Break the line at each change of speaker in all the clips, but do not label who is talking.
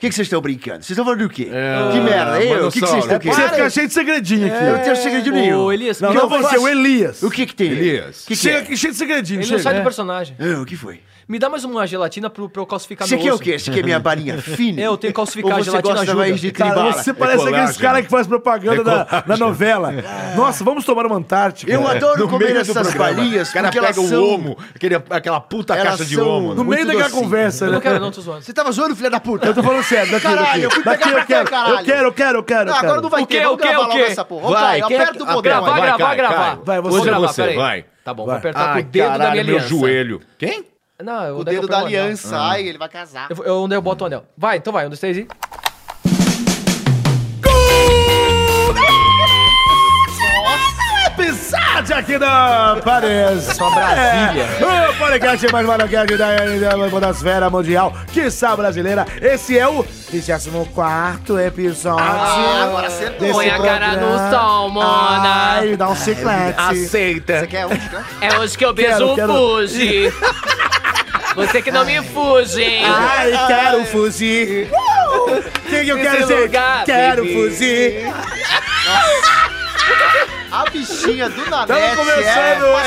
que, que vocês estão brincando? Vocês estão falando do quê? que merda, hein? O que, que vocês estão
Você fica cheio de segredinho aqui.
Eu não tenho segredo nenhum.
Ô, Elias,
Não,
porque
não
eu
você,
faço-
o Elias.
O que que tem?
Elias.
O que, que
Chega
é?
aqui cheio de segredinho,
Ele
chega.
não sai
É.
do personagem.
Ah, o que foi?
Me dá mais uma gelatina pro, pra eu calcificar
Você
meu
quer o
osso.
quê? Você quer minha balinha fina?
É, eu tenho que calcificar,
Ou você
gelatina
gosta
ajuda.
mais de
Cara,
tribala?
você parece
colágeno.
aqueles
né?
caras que faz propaganda da, da novela. Nossa, vamos tomar uma Antártica.
É.
É.
Eu adoro
No
comer
meio do
essas
programa,
balinhas
O cara
porque
pega
elas
o
são...
homo, aquele, aquela puta
Elas
caixa de
são-
homo. né?
No meio
muito
daquela
docinho.
conversa,
Eu
né?
não quero não, tô zoando.
Você tava zoando, filha da puta?
Eu tô falando sério, daqui,
Caralho,
daqui.
eu fui
daqui
pegar
eu
pra
quero,
cá, caralho.
eu quero, eu quero, eu quero.
Não,
eu quero.
agora não vai
O quê?
ter,
O
vamos
quê?
gravar
O
logo
quê?
essa porra. Vamos vai,
quem é
aperta
que-
o botão.
Gravar,
Vai,
gravar,
Caio,
gravar.
Caio.
Vai, você,
vou gravar,
você,
peraí.
vai.
Tá bom, vou
Vai.
apertar
Ai,
com o dedo da minha
caralho, meu
aliança.
joelho. Quem?
Não, eu
O
daí eu ponho
dedo da
um anel.
aliança, ai, ele vai casar.
Eu, vou- eu, onde eu boto o anel. Vai, então vai, um, dois, três e...
Amizade aqui da Paris. Só Brasília. É. O podcast mais maravilhoso da Podosfera Mundial, quiçá brasileira. Esse é o 24 episódio.
Ah, agora é sentou.
Põe a cara no
programa.
sol, mona.
Ai, dá um chiclete.
Você quer um? Chico?
É hoje que eu
Quero,
beijo
quero.
fuge. Você que não me fuge, hein?
Ai, quero fugir. O que, que eu
Nesse
quero ser?
lugar,
quero
baby.
fugir.
A bichinha do Nanete
Estamos
é
começando,
uma
ela,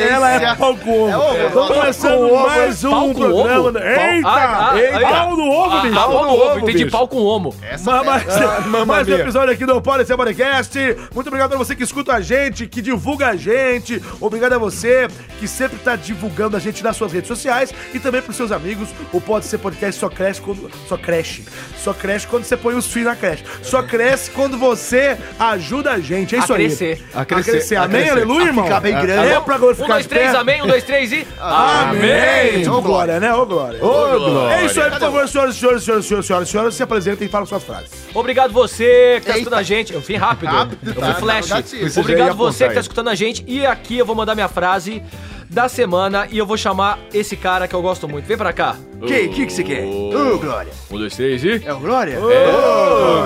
é- ela é
sofrência.
palco ovo.
É ovo,
Estamos
palco
começando
ovo,
mais um
palco
programa.
ovo?
Eita!
Ah, ah,
eita.
eita.
Pau no ovo, bicho!
Ah,
Pau no ovo,
entendi
bicho. É
pau com homo.
Ma- Mas,
mamma
mais um
mia.
episódio aqui do Pode Ser Podcast. Muito obrigado pra você que escuta a gente, que divulga a gente. Obrigado a você que sempre tá divulgando a gente nas suas redes sociais e também pros seus amigos. O Pode Ser Podcast só cresce quando. Só cresce. Só cresce quando você põe os fios na creche. Só cresce quando você ajuda a gente. É isso
A
aí.
crescer.
A crescer. A crescer. Amém,
A crescer.
aleluia, irmão.
ficar bem grande.
É pra glorificar
Um, dois,
de
três,
pé.
amém. Um, dois, três e...
Amém! Ô, glória, né? Ô, glória.
Ô,
É isso aí, por
Cadê o-
favor, senhoras, senhoras, senhoras, senhoras, senhoras, senhoras, se apresentem e falam suas frases.
Obrigado você que tá
Eita.
escutando a gente. Eu fui rápido.
Rápido,
eu fui
tá,
flash.
tá, tá, tá.
Você já ia
Obrigado
apontar
você que
aí.
tá escutando a gente. E aqui eu vou mandar minha frase da semana e eu vou chamar esse cara que eu gosto muito. Vem pra cá.
Quem? O que que você quer? Ô, Glória.
Um, dois, três e...
É o Glória?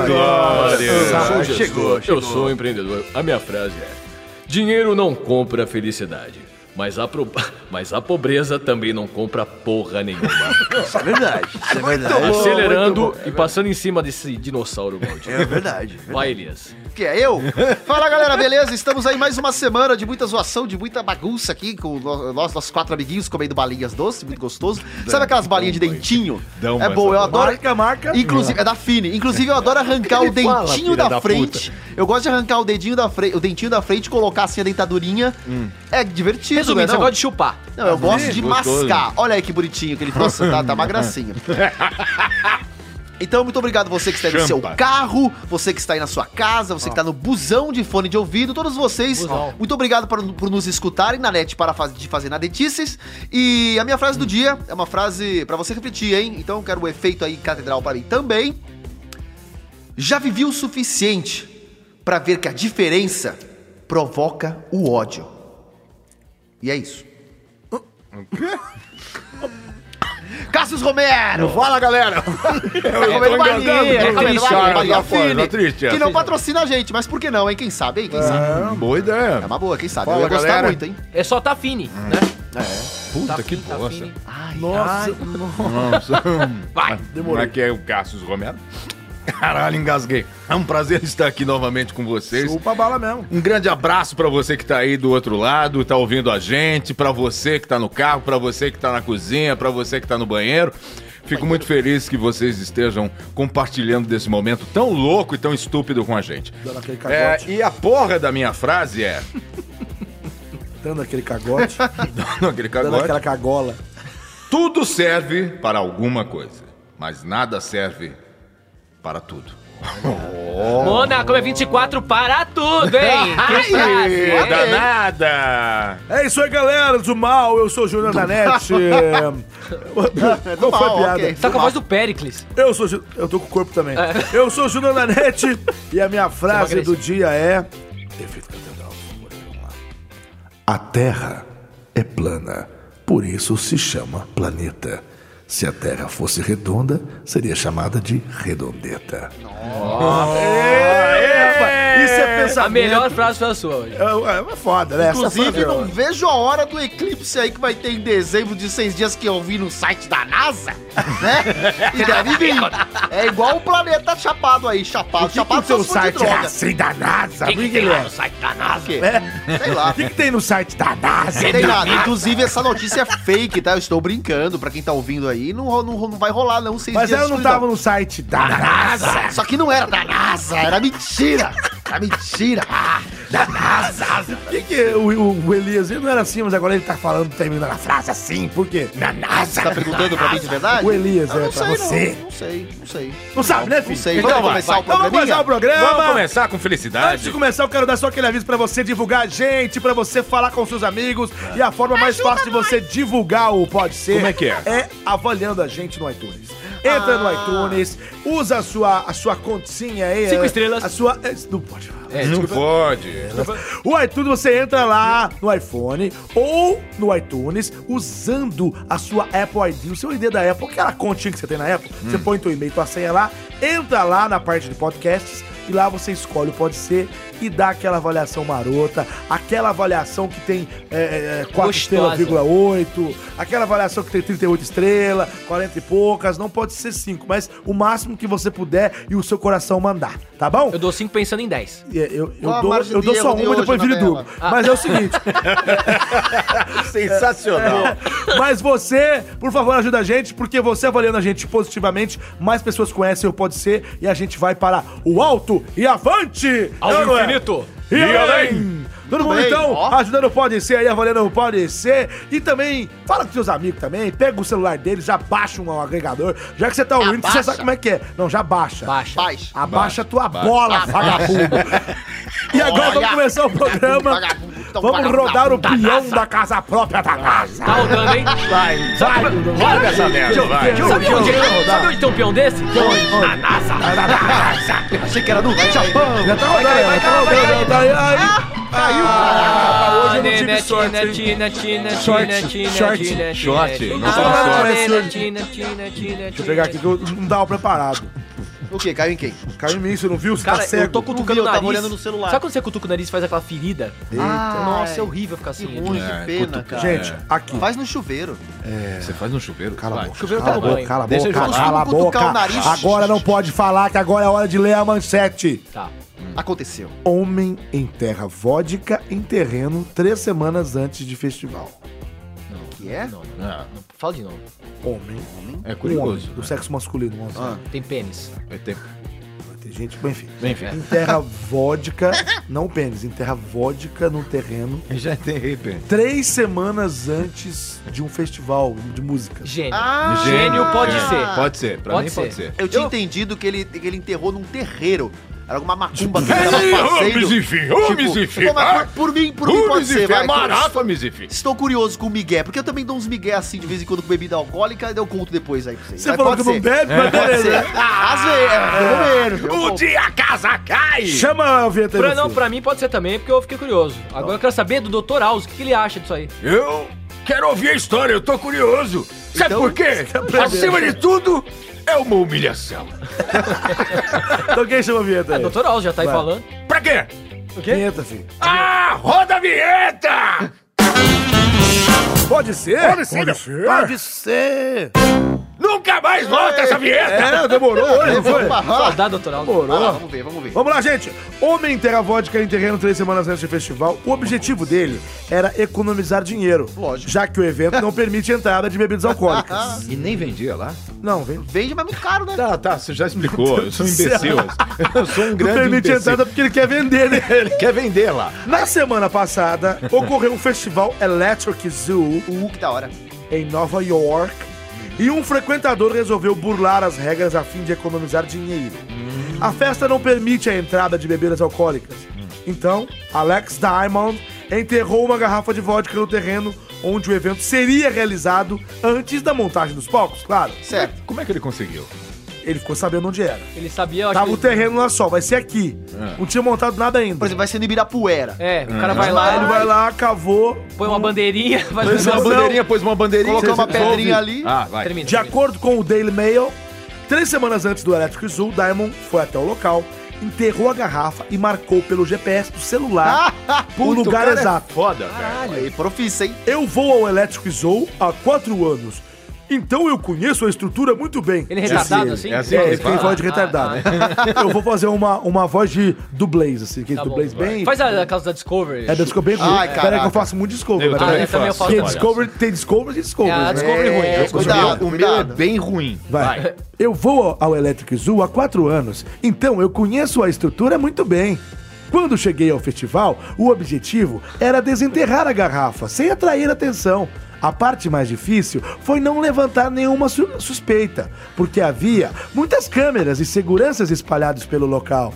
Glória.
Ah, chegou, chegou.
Eu sou um empreendedor. A minha frase é: dinheiro não compra felicidade, mas a, pro- mas a pobreza também não compra porra nenhuma.
Isso é verdade. Isso é verdade.
Acelerando e passando em cima desse dinossauro maldito.
É verdade.
Vai, Elias.
Que é eu? Fala galera, beleza? Estamos aí mais uma semana de muita zoação, de muita bagunça aqui com no- nós, nossos quatro amiguinhos comendo balinhas doces, muito gostoso. Sabe aquelas balinhas de dentinho?
Dá uma
É boa, eu
essa-
adoro.
Marca, marca.
Inclusive, é da Fini. Inclusive, eu adoro arrancar o
Ele fala,
dentinho
filha
da,
da
frente. Eu gosto de arrancar o dedinho da frente, o dentinho da frente, colocar assim a dentadurinha.
Hum.
É divertido,
Resumindo,
né?
você
não?
gosta de chupar.
Não, eu gosto de
gostoso.
mascar. Olha aí que bonitinho que ele trouxe, tá, tá uma gracinha. Então, muito obrigado você que está aí no seu
Champa.
carro, você que está aí na sua casa, você que está no busão de fone de ouvido, todos vocês,
Busão.
muito obrigado por, por nos escutarem na net para faz, de fazer nadetices. E a minha frase do dia é uma frase para você repetir, hein? Então, eu quero o efeito aí catedral para mim também. Já vivi o suficiente para ver que a diferença provoca o ódio. E é isso. Cassius Romero!
Fala, galera.
Romero Bahia,
É
Romero
triste,
Bahia,
olha,
Bahia
tá fora,
Fini,
tá triste, é.
Que não patrocina a gente, mas por que não, hein? Quem sabe,
É.
hein? Quem sabe?
Boa ideia.
É uma boa, quem sabe?
Fala,
Eu ia gostar
galera.
muito, hein?
É só tá fine, né?
Puta, que
fine, tá
bosta.
fine.
Nossa.
Nossa.
Vai.
Como é que é o Cassius Romero? Caralho, engasguei. É um prazer estar aqui novamente com vocês.
Chupa a bala mesmo.
Um grande abraço pra você que tá aí do outro lado, tá ouvindo a gente, pra você que tá no carro, pra você que tá na cozinha, pra você que tá no banheiro. Fico muito feliz que vocês estejam compartilhando desse momento tão louco e tão estúpido com a gente.
Dando aquele
É,
cagote.
e a porra da minha frase é.
Dando aquele cagote.
Não, aquele
dando
cagote.
aquela cagola.
Tudo serve para alguma coisa, mas nada serve para tudo.
Mona, como é 24 para tudo, hein? Que frase,
Ei,
hein?
danada!
É isso aí, galera do mal. Eu sou o Júnior da Net.
É
Não foi
normal,
piada.
Você
ok.
tá com a voz do Péricles.
Eu sou o Ju- Eu tô com o corpo também. Eu sou o Júnior da Net. E a minha frase
emagreceu.
do dia é. Efeito catedral, por favor, vamos lá. A Terra é plana, por isso se chama planeta. Se a Terra fosse redonda, seria chamada de redondeta.
É,
Isso é pensamento.
A melhor frase foi a sua hoje.
É, é foda, né? Essa
Inclusive,
frase-
não vejo a hora do eclipse aí que vai ter em dezembro de seis dias que eu vi no site da NASA, né? E deve vir. É igual o planeta chapado aí, chapado,
O que, que
chapado
o seu
só se for de
site é assim da NASA? Que Guilherme?
quê? Sei lá.
O É. que, que tem no site da NASA?
Tem nada. Inclusive, essa notícia é fake, tá? Eu estou brincando, pra quem tá ouvindo aí, não, ro- não, ro- não vai rolar não seis
Mas
dias
ela não
de
tava no site da NASA.
escuridão. Só que não era da NASA, era mentira. Era mentira. Ah,
O que, que o, o- o Elias ele não era assim, mas agora ele tá falando, terminando a frase assim, por quê? Na NASA.
tá perguntando pra mim de verdade?
O Elias,
Eu
é,
não
pra
sei,
você.
Não, não sei, não sei.
Não sabe, né, filho?
Não sei.
Então
Vamos
vai,
começar o
Então vamos começar o
programa.
programa.
Vamos começar com
Antes de
felicidade.
começar, eu quero dar só aquele aviso pra você divulgar a gente, pra você falar com seus amigos. E a forma mais fácil de você divulgar o Pode Ser...
Como é que é?
É avaliando a gente no iTunes. Entra no iTunes, usa a sua, a sua continha aí.
Cinco
é,
estrelas.
A sua... é, Não pode falar.
Não pode.
O iTunes você entra lá no iPhone ou no iTunes usando a sua Apple ID, o seu ID da Apple, aquela continha que você tem na Apple. Você põe teu e-mail, tua senha lá, entra lá na parte de podcasts e lá você escolhe o Pode Ser e dá aquela avaliação marota, aquela avaliação que tem é, é, é, 4
Gostosa.
estrelas, 8, aquela avaliação que tem 38 estrelas, 40 e poucas, não pode ser 5, mas o máximo que você puder e o seu coração mandar, tá bom?
Eu dou 5 pensando em 10.
É, Eu, eu
Qual a
dou,
margem
eu
de
dou só
erro
uma
de
e
hoje Ah.
depois
na
viro e
tela?
duplo. Mas é o seguinte.
Sensacional.
mas você, por favor, ajuda a gente, porque você avaliando a gente positivamente, mais pessoas conhecem o Pode Ser e a gente vai para o alto e avante!
Ao
Não, não é?
infinito.
E
E além.
além! Todo mundo,
bem,
então,
ó.
ajudando o Pode Ser aí, avaliando o Pode Ser. E também, fala com seus amigos também, pega o celular deles, já baixa um agregador. Já que você tá ouvindo, você
Abaixa.
sabe como é que é. Não, já baixa.
Baixa.
Paz.
Abaixa a tua
Baixa.
bola, vagabundo. E agora vamos
Olha,
começar o
vagabundo,
programa.
vagabundo, tão
Vamos
vagabundo
rodar o
da
peão
NASA.
da casa própria da NASA.
Tá rodando,
Ah,
hein?
Vai,
Sabe,
Larga essa merda, vai.
sabe
Deixa eu-
onde,
deixa eu rodar.
sabe onde tem um peão desse?
Na NASA. Na NASA.
Achei que era do Japão.
Já tá rodando,
cair, vai
já tá
cair,
rodando. Aí, aí. Aí,
Ah,
hoje eu não tive
né,
sorte,
né,
hein?
tina, tina,
Short,
tina, tina,
short,
tina,
short.
tina,
Não
tina.
fala
Ah,
short.
né, né,
Short.
tina, tina, tina,
Deixa eu
tina,
pegar aqui que eu não tava preparado.
O quê? Caiu em quem?
Caiu em mim, você não viu? Você
Cara,
tá
eu tô
cego.
Não vi,
cutucando
eu
o
tava
nariz.
olhando no celular.
Sabe quando você cutuca o nariz e faz aquela ferida?
Ah,
Nossa, é horrível ficar assim.
Que ruim,
É,
que pena, cara.
Gente, aqui.
Faz no chuveiro.
Você faz no chuveiro?
Cala a
Vai.
boca.
Chuveiro
Cala
tá
a
no
boca,
banho.
cala a
Deixa
boca,
ele um falar.
cala a
Vamos cutucar
boca.
o nariz.
Agora não pode falar, que agora é hora de ler a manchete.
Tá.
Aconteceu.
Homem enterra vodka em terreno três semanas antes de festival.
O que é?
Não, não,
Ah,
não. Fala de novo.
Homem.
é
Um homem,
curioso. É
do sexo masculino. Um
Ah.
homem.
Tem pênis.
Eu tenho-
Tem gente, bom, enfim.
Enfim.
Enterra vodka, não pênis, enterra vodka no terreno
Eu já enterrei, Pedro.
três semanas antes de um festival de música.
Gênio.
Ah,
Gênio pode ser.
É. Pode ser, pra
Pode
mim
ser.
pode ser.
Eu tinha entendido que ele, que ele enterrou num terreiro. Era alguma macumba que ele tava fazendo.
homens e fi, homens e fi,
pô, mas
vai.
por, por mim, por mim pode ser, vai.
é
que eu
marafa, Mizifi.
Estou curioso com o Miguel, porque eu também dou uns Miguel assim de vez em quando com bebida alcoólica e eu conto depois aí pra vocês.
Você
Mas
falou que
é, pode
não
ser.
bebe, mas
Pode ser.
beleza.
Ah, às vezes, é, pelo menos. Eu
O
conto.
dia a casa cai!
Chama a vinheta aí,
Pra,
meu
não,
filho.
pra mim pode ser também, porque eu fiquei curioso. Agora eu quero saber do Dr. Alves, o que, que ele acha disso aí?
Eu quero ouvir a história, eu tô curioso. Sabe
Então,
por quê? Acima de tudo, é uma humilhação.
Então quem chama a vinheta
Ah,
aí?
Dr. Alves já tá aí
Vai.
falando.
Pra quê?
Vinheta, filho.
Ah, roda a vinheta!
Pode ser?
Pode ser, meu filho.
Pode ser.
Nunca mais volta essa vinheta!
É, demorou hoje, não foi?
Opa, ah,
Saudade, Dr. Alves.
ah,
Demorou.
vamos ver, vamos ver.
Vamos lá, gente. Homem enterra vodka em terreno três semanas antes do festival. O objetivo dele era economizar dinheiro.
Lógico.
Já que o evento não permite a entrada de bebidas alcoólicas.
E nem vendia lá?
Não, vem.
Vende, mas é muito caro, né?
Tá, tá, você já explicou. Eu sou um imbecil. Eu sou um
Não
grande
permite a
imbecil.
entrada porque ele quer vender, né?
Ele quer vender lá.
Na semana passada, ocorreu o festival Electric Zoo
Uh, que da hora.
em Nova York. E um frequentador resolveu burlar as regras a fim de economizar dinheiro. A festa não permite a entrada de bebidas alcoólicas. Então, Alex Diamond enterrou uma garrafa de vodka no terreno onde o evento seria realizado antes da montagem dos palcos, claro.
Certo.
Como é que ele conseguiu?
Ele ficou sabendo onde era.
Ele sabia, eu acho
Tava o
que-
terreno lá só, vai ser aqui.
É.
Não tinha montado nada ainda.
Por exemplo, vai ser no Ibirapuera.
É, o cara vai
Aí
lá,
ele vai lá, cavou,
põe uma bandeirinha, vai
Pôs uma
Não.
bandeirinha, pôs uma bandeirinha.
Colocou uma
resolve.
pedrinha ali.
Ah, vai.
Termina.
De acordo com o Daily Mail, três semanas antes do Electric Zoo, Diamond foi até o local enterrou a garrafa e marcou pelo GPS do celular o lugar exato.
foda, velho.
Aí, profissa, hein?
Eu vou ao Elétrico Zou há quatro anos, então eu conheço a estrutura muito bem.
Ele é
disse
retardado
ele.
assim?
É assim
É,
que
ele
ele
tem
fala.
voz de retardado, né? Eu vou fazer uma, uma voz de dublês, assim, que
Tá bom,
dublês
vai.
bem.
Faz a, a causa da Discovery.
É da Discovery ruim.
Ai,
Peraí que
caraca.
eu faço muito Discovery.
Eu
peraí.
Ah, eu também eu faço.
Porque
olha.
Discovery, tem Discovery e Discovery.
É, a
né?
Discovery ruim.
É,
eu sou
cuidado.
o meu é bem ruim.
Vai.
Vai.
Eu vou ao Electric Zoo há quatro anos, então eu conheço a estrutura muito bem. Quando cheguei ao festival, o objetivo era desenterrar a garrafa, sem atrair atenção. A parte mais difícil foi não levantar nenhuma su- suspeita, porque havia muitas câmeras e seguranças espalhados pelo local.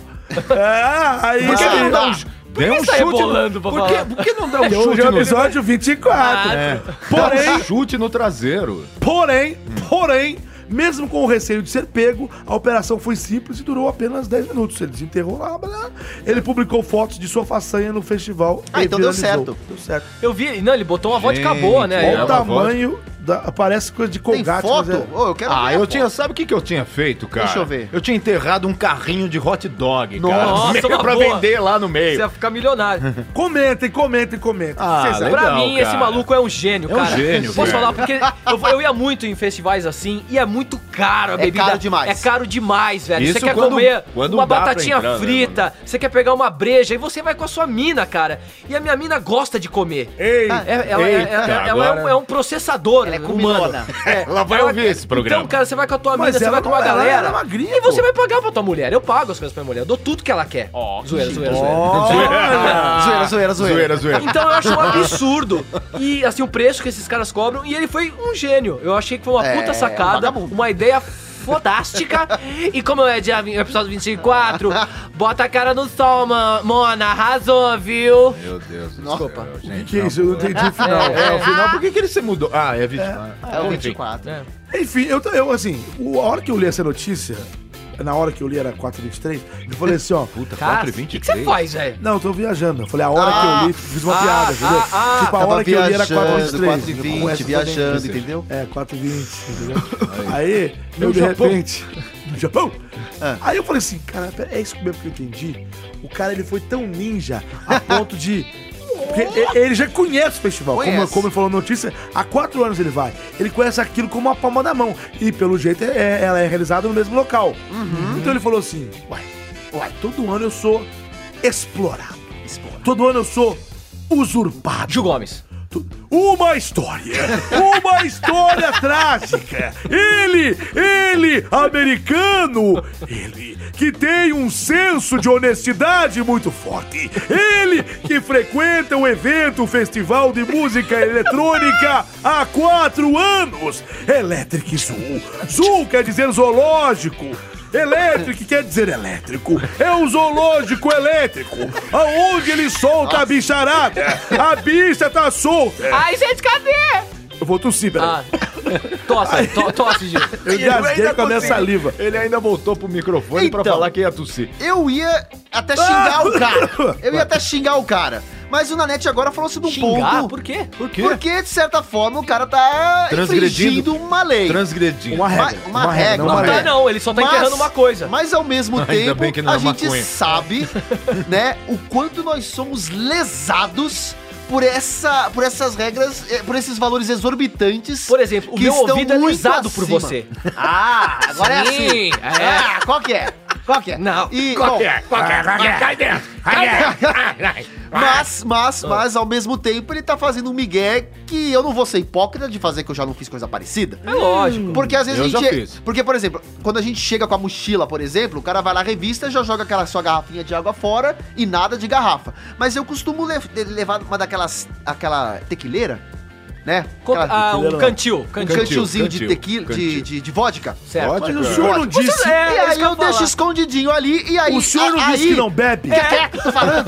Ah, aí
Por que
sim.
não dá um
Deu
que
é
sai
né?
rebolando pra
é
né?
por,
falar?
que, por que não dá um
Hoje
chute
é o
no...
episódio 24.
Ah,
Porém,
Dá um chute no traseiro.
Porém, porém, mesmo com o receio de ser pego, a operação foi simples e durou apenas 10 minutos. Ele desenterrou lá, blá, blá. ele publicou fotos de sua façanha no festival.
Ah,
e
então deu
viralizou.
certo.
Deu certo.
Eu vi. Não, ele botou uma vodka
Gente,
boa, né?
É,
Olha
é
o
uma
tamanho, da, parece coisa de
Tem
colgate. mas
foto?
é-
Ô, eu quero
Ah,
ver a
eu
foto.
tinha. Sabe o que, que eu tinha feito, cara?
Deixa eu ver.
Eu tinha enterrado um carrinho de hot dog,
Nossa,
cara.
uma
pra
boa.
vender lá no
Você é
meio.
ia ficar milionário.
Comentem, comentem, comentem.
Ah,
Vocês-
legal.
pra mim, esse
cara.
maluco é um gênio,
É um
cara.
gênio,
Posso
cara.
falar? Porque eu, vou- eu ia muito em festivais assim e é muito caro a
É
bebida.
caro demais.
É caro demais, velho.
Isso
você quer
quando-
comer
quando
uma
dá pra
batatinha
entrar, né,
frita, você quer pegar uma breja e você vai com a sua mina, cara. E a minha mina gosta de comer.
Ei,
É, ela, é-
Eita,
ela- ela é, um,
agora-
é um processador
Ela é
humano.
comilona.
É,
Ela vai ouvir esse programa.
Então, cara, você vai com a tua
Mas
mina, você
ela
vai com
não-
uma
ela-
galera.
ela é magrinha,
e você
pô.
vai pagar pra tua mulher. Eu pago as coisas pra minha mulher. Eu dou tudo que ela quer. Ó, zoeira, zoeira, zoeira.
Zoeira, zoeira, zoeira.
Zoeira, zoeira.
Então eu acho um absurdo. E assim, o preço que esses caras cobram. E ele foi um gênio. Eu achei que foi uma
É,
puta sacada,
vagabundo.
uma ideia fodástica. e como é dia vi- episódio 24, bota a cara no sol, ma- Mona. Arrasou, viu?
Meu Deus do
Desculpa.
céu,
o que,
gente.
que é isso? Eu não entendi o final.
É, o final, por que, que ele se mudou? Ah, é 24.
É o 24.
É.
Enfim, eu, eu assim, o- a hora que eu li essa notícia, na hora que eu li era 4h23, eu falei assim, ó.
Puta,
Cara,
4
o
e
que que
23.
você faz, velho?
Não, eu tô viajando. Eu falei, a hora que eu li, fiz uma
ah,
piada, entendeu?
ah, ah,
tipo, a
Tava
hora que eu li era 4h23.
4h20, viajando, entendeu?
É, 4h20, entendeu? Aí, eu
No
de
Japão.
repente. No Japão?
Ah.
Aí eu falei assim, cara, pera, é isso mesmo que eu entendi? O cara ele foi tão ninja a ponto de. Porque e- ele já conhece o festival, como,
Conhece.
como ele falou na notícia, há quatro anos ele vai. Ele conhece aquilo como a palma da mão. E pelo jeito é- ela é realizada no mesmo local. Então ele falou assim: uai, uai, todo ano eu sou explorado. Todo ano eu sou usurpado.
Gil Gomes.
Uma história, uma história trágica. Ele, ele, americano, ele que tem um senso de honestidade muito forte. Ele que frequenta o evento, o festival de música eletrônica há quatro anos. Electric Zoo. Zoo quer dizer zoológico. Elétrico quer dizer elétrico. É um zoológico elétrico. Aonde ele solta a bicharada. A bicha tá solta.
Ai, gente, cadê?
Eu vou tossir, peraí.
Ah, tosse, to, tosse, Gil.
eu
Ele
gasguei
ainda
com a minha
conseguiu.
saliva.
Ele ainda voltou pro microfone pra
Então.
falar que ia tossir.
Eu ia até xingar o cara. Eu ia até xingar o cara. Mas o Nanete agora falou-se de um
Xingar?
ponto.
Por quê?
Por quê?
Porque, de certa forma, o cara tá infringindo
Transgredindo.
uma lei.
Transgredindo.
Uma regra.
Uma- uma regra,
não uma
uma
Não tá,
regra.
não. Ele só tá
Mas-
enterrando uma coisa.
Mas ao mesmo
Ainda bem que
tempo,
não é
a gente
maconha.
sabe, né, o quanto nós somos lesados por essa, por essas regras, eh, por esses valores exorbitantes.
Por exemplo, o
que
meu
estão
ouvido é
muito
lesado por
acima.
você.
Ah, agora
Sim,
é
é.
assim. Ah, qual que é? Qual que é?
Não,
E, bom,
Ah, é?
Ah.
é, Mas, mas, mas, ao mesmo tempo, ele tá fazendo um migué que eu não vou ser hipócrita de fazer que eu já não fiz coisa parecida.
É lógico.
Porque às vezes
Eu
a
já
gente.
fiz.
Porque, por exemplo, quando a gente chega com a mochila, por exemplo, o cara vai na revista, já joga aquela sua garrafinha de água fora e nada de garrafa. Mas eu costumo le- levar uma daquelas. aquela tequileira, né?
Conta-
Aquela-
ah, um cantil.
um
Cantil.
cantilzinho de
cantil,
tequila, de,
cantil.
de, de vodka.
Certo.
Ótimo,
Mas o
cara.
senhor não
Você-
disse.
é,
e
isso
aí
que eu
eu
ia falar.
deixo escondidinho ali e aí.
O senhor não
a-
disse que
aí-
não bebe.
que é que eu tô falando?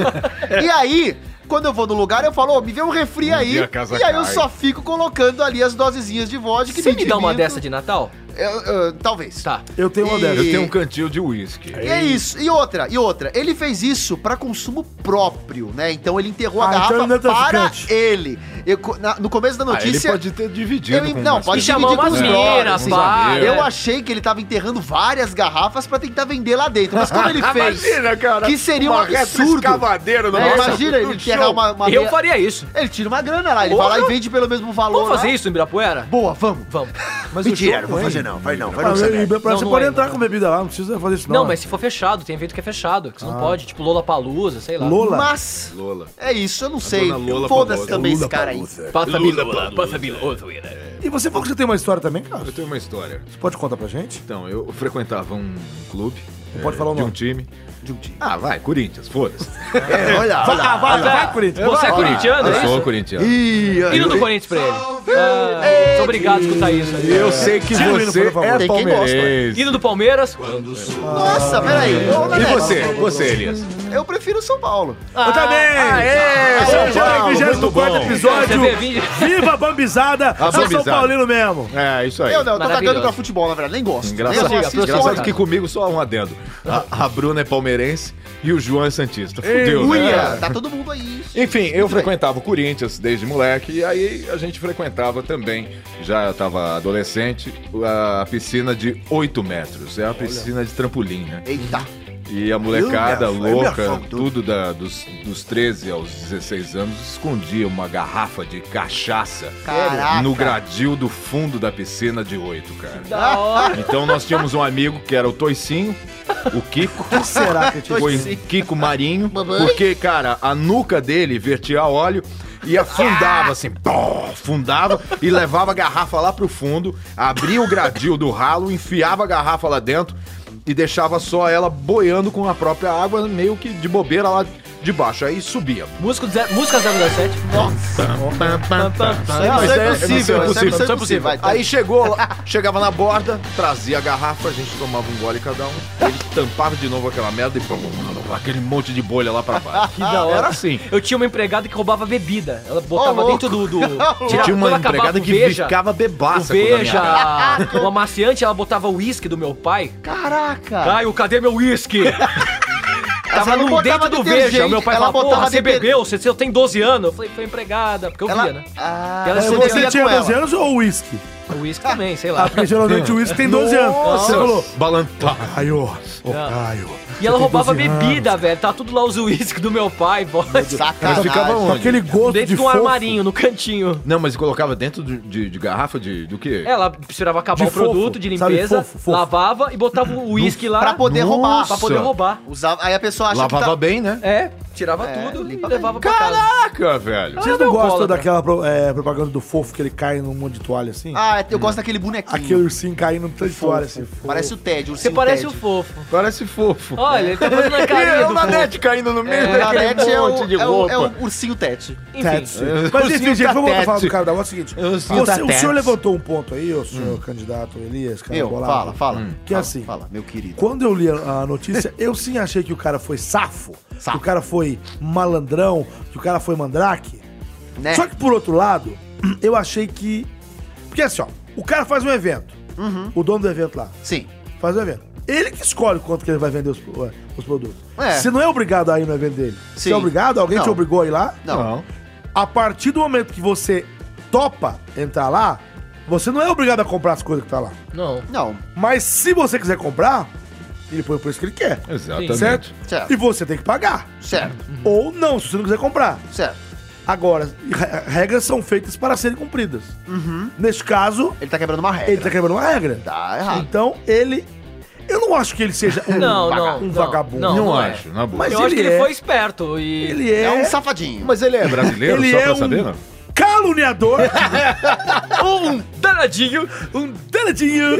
e aí, quando eu vou no lugar, eu falo, ô, me vê um refri aí.
dia a casa
E aí eu
cai.
só fico colocando ali as dosezinhas de vodka. e
Você me dá uma
divirto.
dessa de Natal?
É, é, talvez.
Tá.
Eu tenho uma
E-
dessas.
Eu tenho um cantil de uísque.
E é isso. E outra, e outra. Ele fez isso pra consumo próprio, né? Então ele enterrou a
Ah, então
garrafa
ele não é
para
traficante.
ele. Eu co- na- no começo da
Ah, ele
notícia.
pode ter dividido
Eu-
com
não,
umas
pode
E chamou
dividir com
umas
os
minas,
brothers,
pá.
uns
Eu
É.
achei que ele tava enterrando várias garrafas pra tentar vender lá dentro. Mas como ele fez?
cara.
que seria um absurdo.
escavadeira
né? Imagina ele enterrar uma, uma
Eu
meia-
faria isso.
Ele tira uma grana lá, ele
Porra.
vai lá e vende pelo mesmo valor.
Vamos fazer
lá.
isso em Ibirapuera?
né? Boa, vamos.
Vamos.
Mas
Mentira,
o
não
show
vou
é.
fazer não, vai não, vai
Mas
não. saber.
pra-
Não,
você
não
pode
é,
entrar
não.
com bebida lá, não precisa fazer isso não.
Não,
né?
mas se for fechado, tem evento que é fechado, que você não pode. Tipo Lola Palusa, sei lá.
Lola.
um Mas,
Lola.
é isso, eu não sei.
dona Lola
Foda-se
Palusa.
também esse
Lula
cara aí.
Palusa.
Passa
Lula,
Bila-
Lula,
passa
Lula.
Ah,
Bila- outra vida.
E você falou que você tem uma história também, cara?
Eu tenho uma história.
Você pode contar pra gente?
Então, eu frequentava um clube.
Não pode falar o
de um
nome.
time.
De um dia.
Ah, vai, Corinthians, foda-se.
É, olha, olha.
Ah, vai, vai, Corinthians.
Tá, Você é
Olha,
corintiano,
Eu
é
sou
isso?
corintiano.
Ih, aí,
Hino do Corinthians pra ele. Ah, muito obrigado por escutar isso. aí.
Eu sei que
Tira o hino,
você
por favor.
é
Tem quem gosta.
palmeirense.
Hino do Palmeiras.
Nossa, peraí. Ô,
E
Nanete,
você? Você, Elias?
Eu prefiro São Paulo.
Ah,
Eu também!
Aê,
Esse
São
é o
Paulo,
24
muito bom.
episódio.
Você vê,
Viva a bambizada! Eu sou São
bambizada.
Paulino mesmo.
É, isso aí.
Eu não, eu tô
Maravilhoso.
cagando pra futebol, na verdade. Nem gosto.
Engraçado,
Nem assisto,
engraçado
porra.
que comigo só um adendo. A, a Bruna é palmeirense e o João é santista. Fudeu, né?
Uia, tá todo mundo aí.
Enfim, eu frequentava o Corinthians desde moleque e aí a gente frequentava também, já estava adolescente, a piscina de 8 metros. É a piscina de trampolim, né?
Eita.
E a molecada
Eu me af- eu me
louca,
afogo.
tudo da- dos, dos 13 aos 16 anos, escondia uma garrafa de cachaça
Caraca.
no gradil do fundo da piscina de 8, cara.
Da hora.
Então nós tínhamos um amigo que era o Toicinho, o Kiko.
O que será que eu te...
Foi Kiko Marinho, porque, cara, a nuca dele vertia óleo e afundava assim, pô, afundava e levava a garrafa lá pro fundo, abria o gradil do ralo, enfiava a garrafa lá dentro e deixava só ela boiando com a própria água, meio que de bobeira lá de baixo. Aí subia.
Músico do Zé- Música 007.
Não, isso é
possível, isso é
impossível, isso é
impossível.
impossível. Vai, tá.
Aí chegou, lá- chegava na borda, trazia a garrafa, a gente tomava um gole cada um, ele tampava de novo aquela merda e pum, aquele monte de bolha lá pra baixo. Que
da hora.
Era assim.
Eu tinha uma empregada que roubava bebida. Ela botava
louco.
dentro do. do
Eu
tirava-
tinha uma
quando
empregada
acabava o
que
Veja,
ficava
o
bebaça. quando a minha
Veja,
cara-
o amaciante, ela botava o uísque do meu pai.
Caraca.
Caio, cadê meu uísque? Tava
ela não
no
botava
dentro do
detergente,
Veja. Meu pai
ela
falava, porra,
botava
você
deter-
bebeu, você, você tem 12 anos. Eu falei, foi empregada, porque eu via, né?
Ah,
Ela
você
se
Você
devia
tinha
com
12
ela.
anos ou uísque?
O uísque também, sei lá.
Ah, porque geralmente o uísque tem 12 anos.
Nossa,
Você falou,
balançava.
Caio, ô Caio.
E ela
você tem
roubava
12 anos.
bebida, velho. Tá tudo lá os uísque do meu pai, bosta.
Mas ficava
Sacanagem.
Com
onde?
aquele gosto
Dentro
de
de um
fofo.
armarinho, no cantinho.
Não, mas colocava dentro de, de- de garrafa de, do quê?
Ela precisava acabar
De
o produto
fofo,
de
sabe,
limpeza,
fofo, fofo.
lavava e botava o uísque lá
Pra poder
Nossa.
roubar.
pra poder roubar.
Usava, aí a pessoa acha
Lavava
que tá...
bem, né?
É, tirava
É,
tudo e
limpa
levava pra casa.
Caraca, velho.
Vocês
Ah,
não
não,
gostam
cola, né?
daquela pro- é, propaganda do fofo que ele cai num monte de toalha assim?
Ah, eu gosto daquele bonequinho.
Aquele ursinho caindo num monte de toalha assim.
Parece o Ted, o
Você
ursinho
parece o
Ted.
fofo.
Parece fofo.
Olha, ele tá fazendo a carinha
É
do
o
fofo.
Nanete caindo no meio
É, a
daquele
Ted é o,
um monte de
é, o, é
roupa.
o ursinho Ted.
Enfim,
É.
Mas
Ursinho
enfim, gente,
da
vamos voltar a falar do
Tete.
cara da voz. É o seguinte.
Ursinho da
você- o
Tete.
senhor levantou um ponto aí, o senhor candidato Elias, cara
Eu,
bolado.
fala, fala.
Hum.
Que
fala,
assim,
Fala, meu querido.
Quando eu li a a notícia, eu sim achei que o cara foi safo,
Safo.
que o cara foi malandrão, que o cara foi mandrake.
Né?
Só que por outro lado, eu achei que. Porque assim, ó, o cara faz um evento. O dono do evento lá
Uhum. Sim.
faz um evento. Ele que escolhe quanto que ele vai vender os, pro- eh, os produtos.
É.
Você não é obrigado a ir no evento dele. Você é
Sim.
obrigado? Alguém te
Não.
obrigou a ir lá?
Não.
A partir do momento que você topa entrar lá, você não é obrigado a comprar as coisas que tá lá.
não.
Não.
Mas se você quiser comprar, ele põe o preço que ele quer.
Exatamente.
Certo?
Certo.
E você tem que pagar.
Certo.
Ou não, se você não quiser comprar.
Certo.
Agora, re- regras são feitas para serem cumpridas. Neste caso,
Uhum. Ele tá quebrando uma regra.
ele tá quebrando uma regra.
Tá errado.
Então, ele. Eu não acho que ele seja um,
Não,
vaga-
não,
um
não,
vagabundo.
Não,
Não, não é.
acho, na boa.
Mas
eu
ele
acho que
é.
ele foi esperto e.
Ele é,
É um safadinho.
Mas ele é brasileiro,
Ele
só
é
pra
um-
saber, não?
caluniador,
um danadinho,
um danadinho,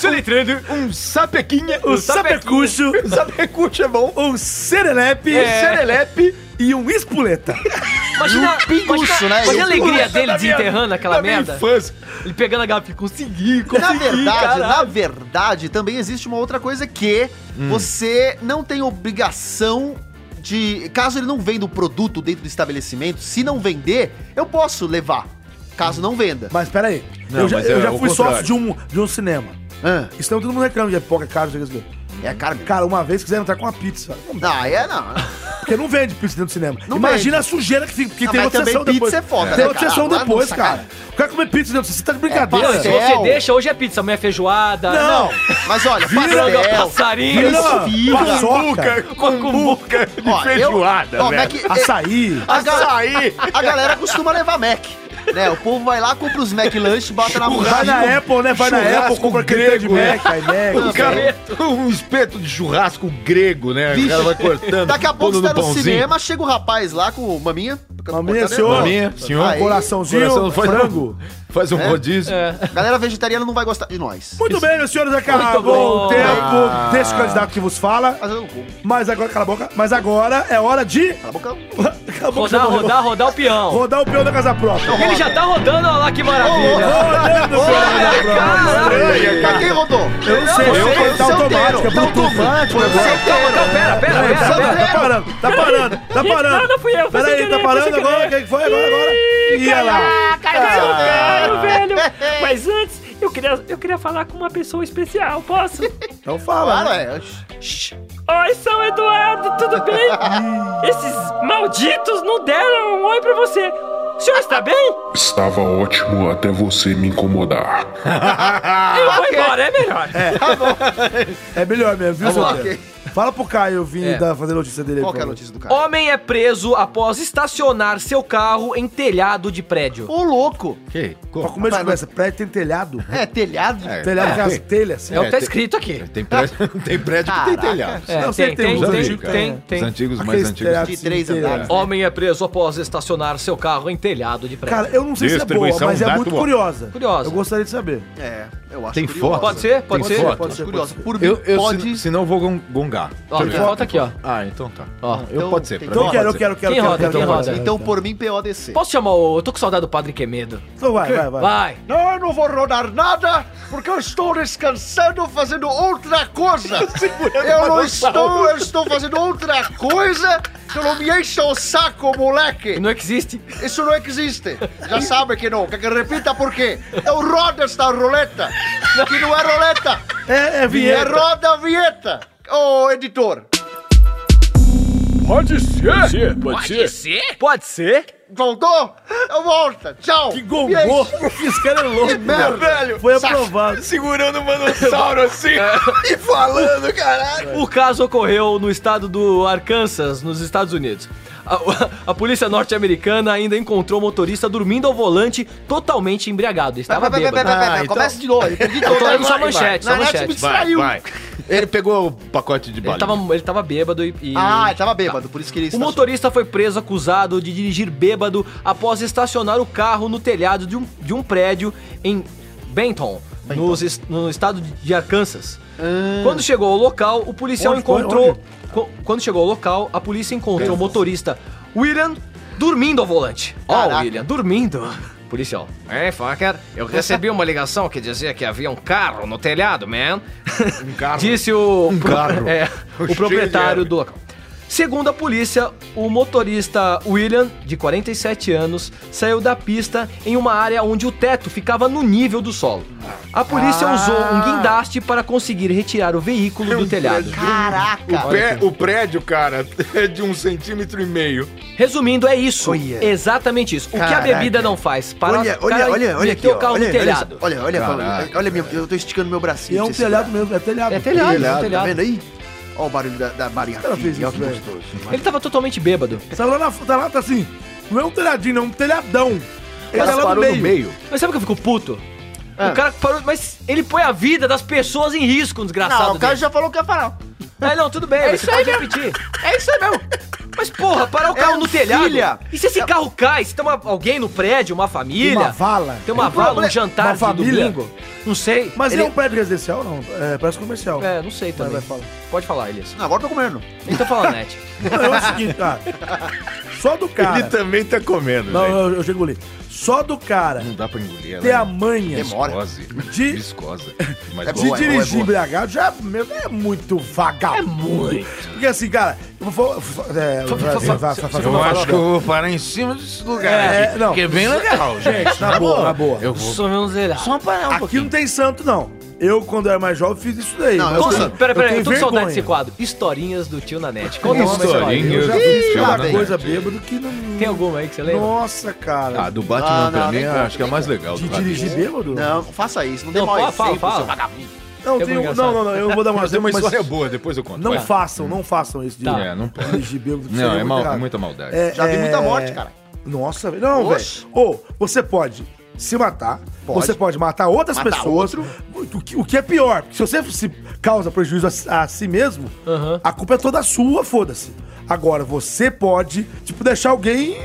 soletrando.
Um sapequinha.
um
Um
sapecucho,
sapecucho é bom.
um serelepe,
É.
serelepe e um espuleta.
Imagina,
pinguço,
imagina,
né?
imagina a
Isso.
Puta,
alegria dele
é da minha-
desenterrando aquela
da minha
merda.
infância.
Ele pegando a garrafa e consegui, consegui,
Na verdade,
caralho.
na verdade, também existe uma outra coisa que
Hum.
você não tem obrigação de. Caso ele não venda o produto dentro do estabelecimento, se não vender, eu posso levar. caso não venda.
Mas peraí,
Não,
eu já,
mas
eu
é
já
o
fui sócio
contrário.
de um, de um cinema.
Ah,
Estão todo mundo reclamando de pipoca caro, não sei o que.
é caro mesmo.
Cara, uma vez quiseram entrar com uma pizza.
Não, é não.
Porque não vende pizza dentro do cinema.
Não
Imagina a sujeira que, fica- que
Ah,
tem
mas
outra
também
sessão
pizza
depois.
é foda,
Tem
né,
outra
cara?
sessão
Lá no
depois,
sacanagem.
cara. O cara comer pizza dentro do cinema, você tá de
Não,
brincadeira.
e se
Pastel.
você deixa, hoje é pizza, amanhã é feijoada.
Não,
Mas olha,
Frango, a
pastel,
passarinho,
Vila,
Vira.
paçoca,
Cumbuca
Ó,
de
eu-
feijoada,
ó,
velho.
Mac- é-
açaí.
a, ga-
Açaí.
a galera costuma levar Mac. Né? O povo vai lá, compra os Mac Lunch, bota na
Vai
mão.
na Apple, né? Vai na
churrasco
Apple, compra aquele tanto de
grego, né?
Mac, iMac.
O cara, um espeto de churrasco grego, né?
Vixe.
O cara vai cortando.
Daqui a pouco
pondo
você tá no
pãozinho.
cinema, chega o rapaz lá com o maminha.
Maminha,
Cortando-
senhor.
Maminha, senhor.
Aí,
Coraçãozinho,
Coração, faz um-
frango.
Faz um
É?
rodízio.
a galera vegetariana não vai gostar de nós.
Muito bem, meus senhores,
Muito
acabou
bom.
o tempo desse candidato que vos fala.
Mas eu não como.
Mas agora, cala a boca. Mas agora é hora de...
Cala a boca. Ô,
Cala a boca,
rodar,
senão eu vou-
rodar, rodar o peão.
Rodar o peão da casa própria.
Ele já tá rodando, olha lá que maravilha.
Rodando o peão da casa própria.
Olha, Pra quem rodou?
Eu não sei,
Você,
eu sei, tá
você é o
automático, é
Teiro, tá
Bluetooth.
automático.
Foi
Você é o Teiro.
Não, pera,
Pera,
pera, pera, pera.
tá parando, tá parando, tá parando.
não, não fui eu, foi
Pera
sem
aí, tá
querer, foi
parando
sem
agora?
querer.
Quem que foi agora? agora? Ih, olha lá.
Ah.
Cara, velho. Mas antes, eu queria, eu queria falar com uma pessoa especial, posso?
Então fala.
Claro,
né?
é.
Oi, São Eduardo, tudo bem? Esses malditos não deram um oi pra você. O senhor está bem?
Estava ótimo até você me incomodar.
eu vou embora, é melhor.
É melhor mesmo, viu,
Vamos lá,
Sotero?
ok.
Fala pro Caio, eu vim
É.
dar, fazer notícia dele. aí
Qual
pra
que é a
mim.
notícia do cara?
Homem é preso após estacionar seu carro em telhado de prédio.
Ô, louco.
Que?
Pra
Como?
comer de
Rapaz,
começa, prédio tem telhado.
É, um telhado.
É.
Telhado tem
Ah, é.
as telhas, assim.
É o que tá
tem-
escrito aqui.
Tem prédio, tem prédio que tem
Caraca.
telhado.
É,
Não, sempre tem
Os
uns
antigos,
antigos,
cara.
tem, tem.
Os antigos, mais
Aqueles
antigos.
telhados
De três
assim, telhado.
andares.
Homem é preso após estacionar seu carro em telhado de prédio.
Cara, eu não sei se é boa,
Destruição
mas é
da
muito
tua-
curiosa.
Curiosa.
Eu gostaria de saber.
É, eu acho
Tem
curioso.
foto?
Pode ser? Pode
Tem
ser?
foto?
Pode ser, curioso. Por
Eu, eu
pode...
se, senão eu vou gon- gongar.
Ó, tem foto aqui, ó.
Ah, então tá.
Ó.
eu
Então,
pode ser.
tem
pra
Então
mim
eu quero, eu
pode
quero, eu quero,
Quem
eu
roda,
quero.
quem
eu quero.
roda?
Então, por mim, PODC.
Posso chamar o... Eu tô com saudade do Padre Quemedo.
Então vai, vai, vai.
Vai.
Não, eu não vou rodar nada, porque eu estou descansando, fazendo outra coisa. Eu não estou, eu estou fazendo outra coisa. Eu não me encha o saco, moleque.
Não existe.
Isso não existe. Já sabe que não. Quer que repita por quê? Eu rodo esta roleta, que não é roleta.
É, é
É
vinheta.
roda a vinheta. Ô, editor.
Pode ser, pode ser.
Pode ser?
Gongou? Eu volto. Tchau.
Que gongô. Esse cara é louco.
Que merda, velho.
Foi aprovado.
Segurando o manossauro assim
É.
e falando, caralho.
O caso ocorreu no estado do Arkansas, nos Estados Unidos. A, a polícia norte-americana ainda encontrou o motorista dormindo ao volante totalmente embriagado. Estava
Pera, pera, pera,
bêbado.
pera, pera.
Ah,
Começa de novo. então Eu perdi
Eu tô
toda
lendo só
a
a manchete, só a
Nanete
manchete.
me
Vai,
distraiu.
vai. Ele pegou o pacote de
Ele
balinha.
tava, ele tava bêbado e... e-
Ah, ele tava bêbado, por isso que ele tá
O
está
motorista foi preso acusado de dirigir bêbado após estacionar o carro no telhado de um, de um prédio em Benton, nos es- no estado de- de Arkansas. Quando chegou ao local, o policial
Onde foi?
encontrou.
Onde?
co- Quando chegou ao local, a polícia encontrou o motorista William dormindo ao volante. Ó,
Caraca.
William, dormindo. Policial. É, fucker, eu recebi uma ligação que dizia que havia um carro no telhado, man.
um carro.
Disse o, pro-
carro.
é,
Cheio
o
de
proprietário
arma.
do local. Segundo a polícia, o motorista William, de 47 anos, saiu da pista em uma área onde o teto ficava no nível do solo. A polícia
Ah.
usou um guindaste para conseguir retirar o veículo do telhado.
O,
Caraca.
pé- o prédio, cara, é de um centímetro e meio.
Resumindo, é isso.
Olha.
Exatamente isso. O que
Caraca.
a bebida não faz. Para
Olha, olha, olha, olha aqui,
meter
ó.
o carro
olha,
no
olha
telhado.
isso, Olha, olha, olha,
Caraca,
olha, meu- eu tô esticando meu
E
bracinho.
é um
pra você
telhado
segurar.
mesmo, é telhado.
É telhado, é
Tá
telhado.
vendo aí? Olha o barulho da, da marinha.
O cara fez isso, velho.
Ele tava totalmente bêbado.
Saiu lá na tá lá, tá assim. Não é um telhadinho, é um telhadão. Ele é lá no meio.
Tá
Mas sabe o que eu fico puto?
Ah.
O cara parou, mas ele põe a vida das pessoas em risco, um desgraçado.
Não, o cara
desse.
já falou o que ia falar.
Ah, não, tudo bem, você pode repetir. É isso aí mesmo. Mas, porra, parar o
É
carro
um
no telhado.
filha.
E se esse carro cai? Se tem uma- alguém no prédio, uma
É um Tem
família.
uma vala.
Tem uma vala,
problema.
um jantar
Uma
de
família.
domingo. Não sei.
Mas
Ele-
é um prédio residencial, não? É, parece comercial.
É, não sei também.
vai falar.
Pode falar, Elias.
Não, agora eu tô comendo.
Então fala, Net.
Não, é o seguinte, cara. Só do cara.
Ele também tá comendo,
Não,
gente.
eu, eu já engoli. Só do cara
Não dá pra engolir. ela
ter a
é
manha
Demora.
Viscose.
De-
Viscosa. Mas boa,
É
de
boa, é
dirigir
boa.
embriagado já meu, é muito vagabundo.
muito.
Porque assim, cara, Vou- vou- vou- é, vai- vai- vai- vai-
Eu
vai-
acho que eu vou parar em cima desse lugar
É,
aqui,
não.
que é bem legal, gente.
Na boa, na boa.
Eu vou...
Somos zerados.
Só parar um
Aqui não tem santo, não. Eu, quando era mais jovem, fiz isso daí.
Não,
mas
eu
tenho-
sou-
Pera, pera, eu,
tenho
tô com saudade desse
vergonha.
quadro. Historinhas do tio Nanete. Qual
Nossa,
nome
Historinhas.
cara,
historinha.
Eu já
Ih,
fiz
lá
cada
vem.
coisa bêbado que não...
Tem
um
alguma aí que você lembra?
Nossa, cara.
Ah, do Batman
Ah,
pra
não,
mim,
nem
eu
conta,
acho que é mais legal.
de
do Batman.
dirigir bêbado?
Não, não faça isso. Não dê
Não,
mau
fala, fala,
exemplo,
fala.
seu vagabundo.
Não,
É
tem, um-
muito
não, não, não, eu vou dar uma
Mas tem uma
mas
história é boa, depois eu conto.
Não
vai.
façam, não façam isso de
Tá.
É, não pode.
dirigir bêbado. que
Não,
seria
é
muito
mal-
errado.
muita maldade.
É,
Já vi
é,
muita morte, cara.
Nossa, velho. não, velho.
Oxe.
Ou você pode se matar, você pode matar outras
Matar
pessoas, o que, o que é pior, porque se você se causa prejuízo a si- a, si mesmo, a culpa é toda sua, foda-se. Agora, você pode, tipo, deixar alguém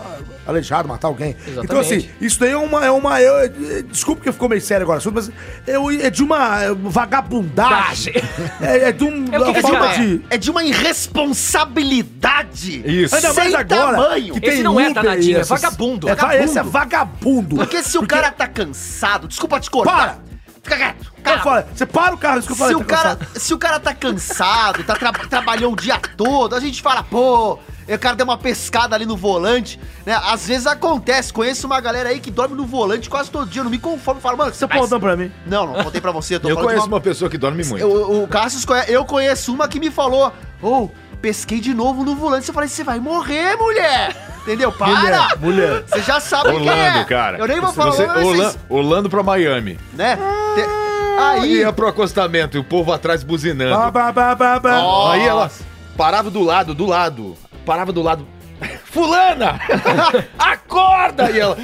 ah, aleijado, matar alguém. Então, assim,
Exatamente.
isso daí é uma. É uma eu, é- desculpa que eu ficou meio sério agora, o assunto, mas eu, é de uma é, vagabundagem. é, é de um,
É o que que
uma
de
forma
uma,
cara
de.
é de uma irresponsabilidade.
Isso.
Ainda mais
sem
agora
tamanho.
que
Esse
tem
não é
Uber
danadinho,
e
é
essas-
vagabundo.
É, va- Esse é vagabundo.
Porque se o cara tá cansado, desculpa te cortar. Fica quieto.
Cara,
Cara,
fala, você para o carro, isso que eu
se,
falei.
o
tá
cara,
cansado.
se o cara tá cansado, tá tra- trabalhou o dia todo, a gente fala, pô, o cara deu uma pescada ali no volante, né? Às vezes acontece, conheço uma galera aí que dorme no volante quase todo dia, eu não me conformo, falo, mano, você
Você apontando "Tá pra mim.
Não, não, contei pra você, eu tô
Eu
falando de
conheço uma pessoa que dorme muito.
Eu- o Cassius conhece, eu conheço uma que me falou, ou pesquei de novo no volante, eu falei, você vai morrer, mulher! Entendeu? Para!
Mulher, mulher.
Você já sabe quem é.
Orlando, cara.
Eu nem vou
Se
falar,
você,
mas
Orla-
vocês-
Orlando pra Miami.
né? Te- Aí,
Ia pro acostamento e o povo atrás buzinando.
Ba, ba, ba, ba, ba.
Ó.
Aí ela parava do lado, do lado. Parava do lado. Fulana! Acorda! E ela.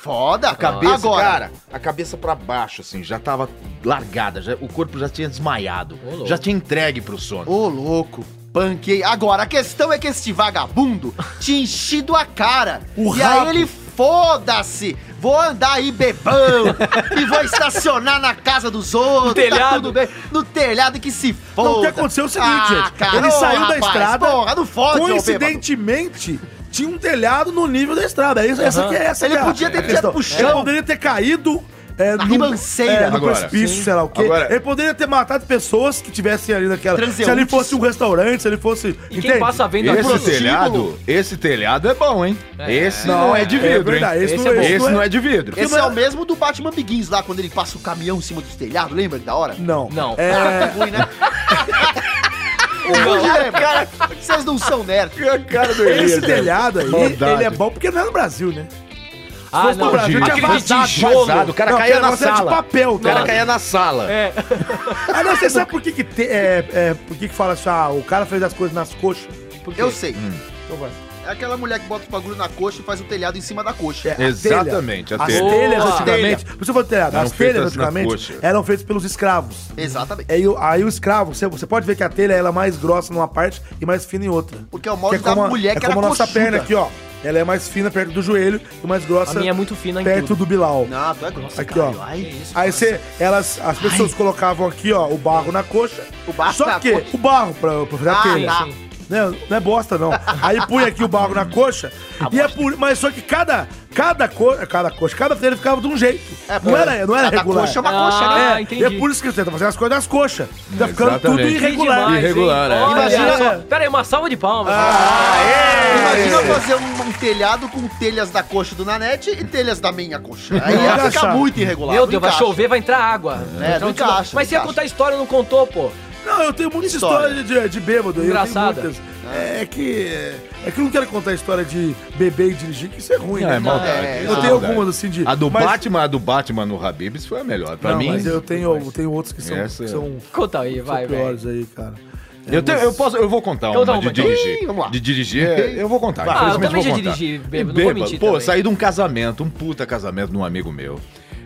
foda,
Cabeça,
Agora,
cara, a cabeça pra baixo, assim, já tava largada, já- o corpo já tinha desmaiado, já tinha entregue pro sono.
Ô, louco, panquei. Agora, a questão é que este vagabundo tinha enchido a cara.
O
e
rabo.
aí ele, foda-se, vou andar aí bebão e vou estacionar na casa dos outros. tá
telhado.
tudo bem. No telhado que se foda.
Não, o que aconteceu é o seguinte,
Ah,
gente.
cara,
ele
ô,
saiu da
rapaz,
estrada.
Porra, não fode, ô, bêbado.
coincidentemente, tinha um telhado no nível da estrada. Isso, Essa que é essa
Ele
que é a-
podia ter
a questão.
tirado pro chão.
Ele poderia ter caído. É,
Na
num-
ribanceira.
é, num
Agora.
precipício, sei lá o quê.
Agora-
Ele poderia ter matado pessoas que tivessem ali naquela. Se ali
Transeuntes.
fosse um restaurante, se ele fosse.
E quem passa vendo
Esse
aquilo-
telhado, esse telhado é bom, hein? Esse não, é de
É
vidro,
verdade,
hein?
esse,
Esse
não,
é bom.
Esse não é de vidro.
Esse
não
é
é-
o mesmo do Batman Begins lá, quando ele passa o caminhão em cima dos telhados, lembra que da hora?
Não.
Não.
É,
Ruim, né? Hoje, né, cara, vocês não são nerds.
né?
esse telhado aí,
Maldade.
ele é bom porque não é no Brasil, né?
Ah,
fosse no Brasil, tinha
Aquele
vazado,
tijolo.
vazado. O cara
Não,
caía
aquele
na
negócio era de
sala.
papel,
o cara
cara.
caía na sala.
É.
Ah, não, você sabe por que que te- é, é, por que que fala assim, ah, o cara fez as coisas nas coxas? Por quê?
Eu sei.
Então vai.
É aquela mulher que bota o bagulho na coxa e faz o telhado em cima da coxa.
É, a telha.
Exatamente, a
As
telha.
telhas
Boa.
antigamente, por isso eu vou te telhado,
Eram
as telhas
feitas na
antigamente
coxa.
eram feitas pelos escravos.
Exatamente.
Aí, o- aí o escravo, você, você pode ver que a telha ela é mais grossa numa parte e mais fina em outra.
Porque é o molde
que é
da
como a-
mulher
é
que era
como a nossa
coxuda.
perna aqui, ó. Ela é mais fina perto do joelho e mais
A
grossa
minha é muito fina em
perto
tudo.
do bilau.
Não, tu é grossa,
Aqui,
caralho.
ó.
Ai.
Aí você, elas, as pessoas colocavam aqui, ó, o barro na coxa.
O barro
Só
na
que
coxa.
o barro pra, pra fazer a
Ah,
telha.
tá.
Né, Não é bosta, não. Aí punha aqui o barro na coxa. e é por, mas só que cada, cada, co, cada coxa, cada telha ficava de um jeito.
É,
não era, não era
cada
regular.
coxa é uma
Ah,
coxa, né?
É,
entendi.
e é por isso que você tá fazendo as coisas nas coxas. Tá ficando tudo
Exatamente.
irregular.
Que demais,
Irregular,
hein?
é.
Olha
Imagina-
só. Pera aí, uma salva de palmas.
É.
Imagina eu fazer um, um telhado com telhas da coxa do Nanete e telhas da minha coxa. Aí
Não
ia
encaixa.
ficar muito irregular.
Meu
não
Deus, vai
encaixa.
chover, vai entrar água. Vai entrar
não
um tijolo.
encaixa,
Mas
não
você ia
encaixa.
contar a história, não contou, pô.
Não, eu tenho muita história, de,
História.
de bêbado.
Engraçada.
Eu tenho muitas. É que. É que eu não quero contar a história de beber e dirigir, que isso é ruim.
Não,
né?
é maldade,
é
eu tenho
maldade.
algumas assim de.
A do
mas-
Batman, a do Batman no Habibs foi a melhor. Pra
não,
mim.
Mas eu tenho, eu tenho outros que são,
Essa
que
é-
são,
Conta aí, vai,
são
velho.
piores aí, cara.
Eu, tenho- eu posso, eu vou contar
Então dá
uma
uma,
de
então.
dirigir.
Ih, vamos lá.
De dirigir, é, eu vou contar.
Ah, eu
infelizmente
também
vou
já
contar.
dirigi,
E
bêbado, não vou
bêbado,
mentir
Pô,
também.
saí de um casamento, um puta casamento de um amigo meu.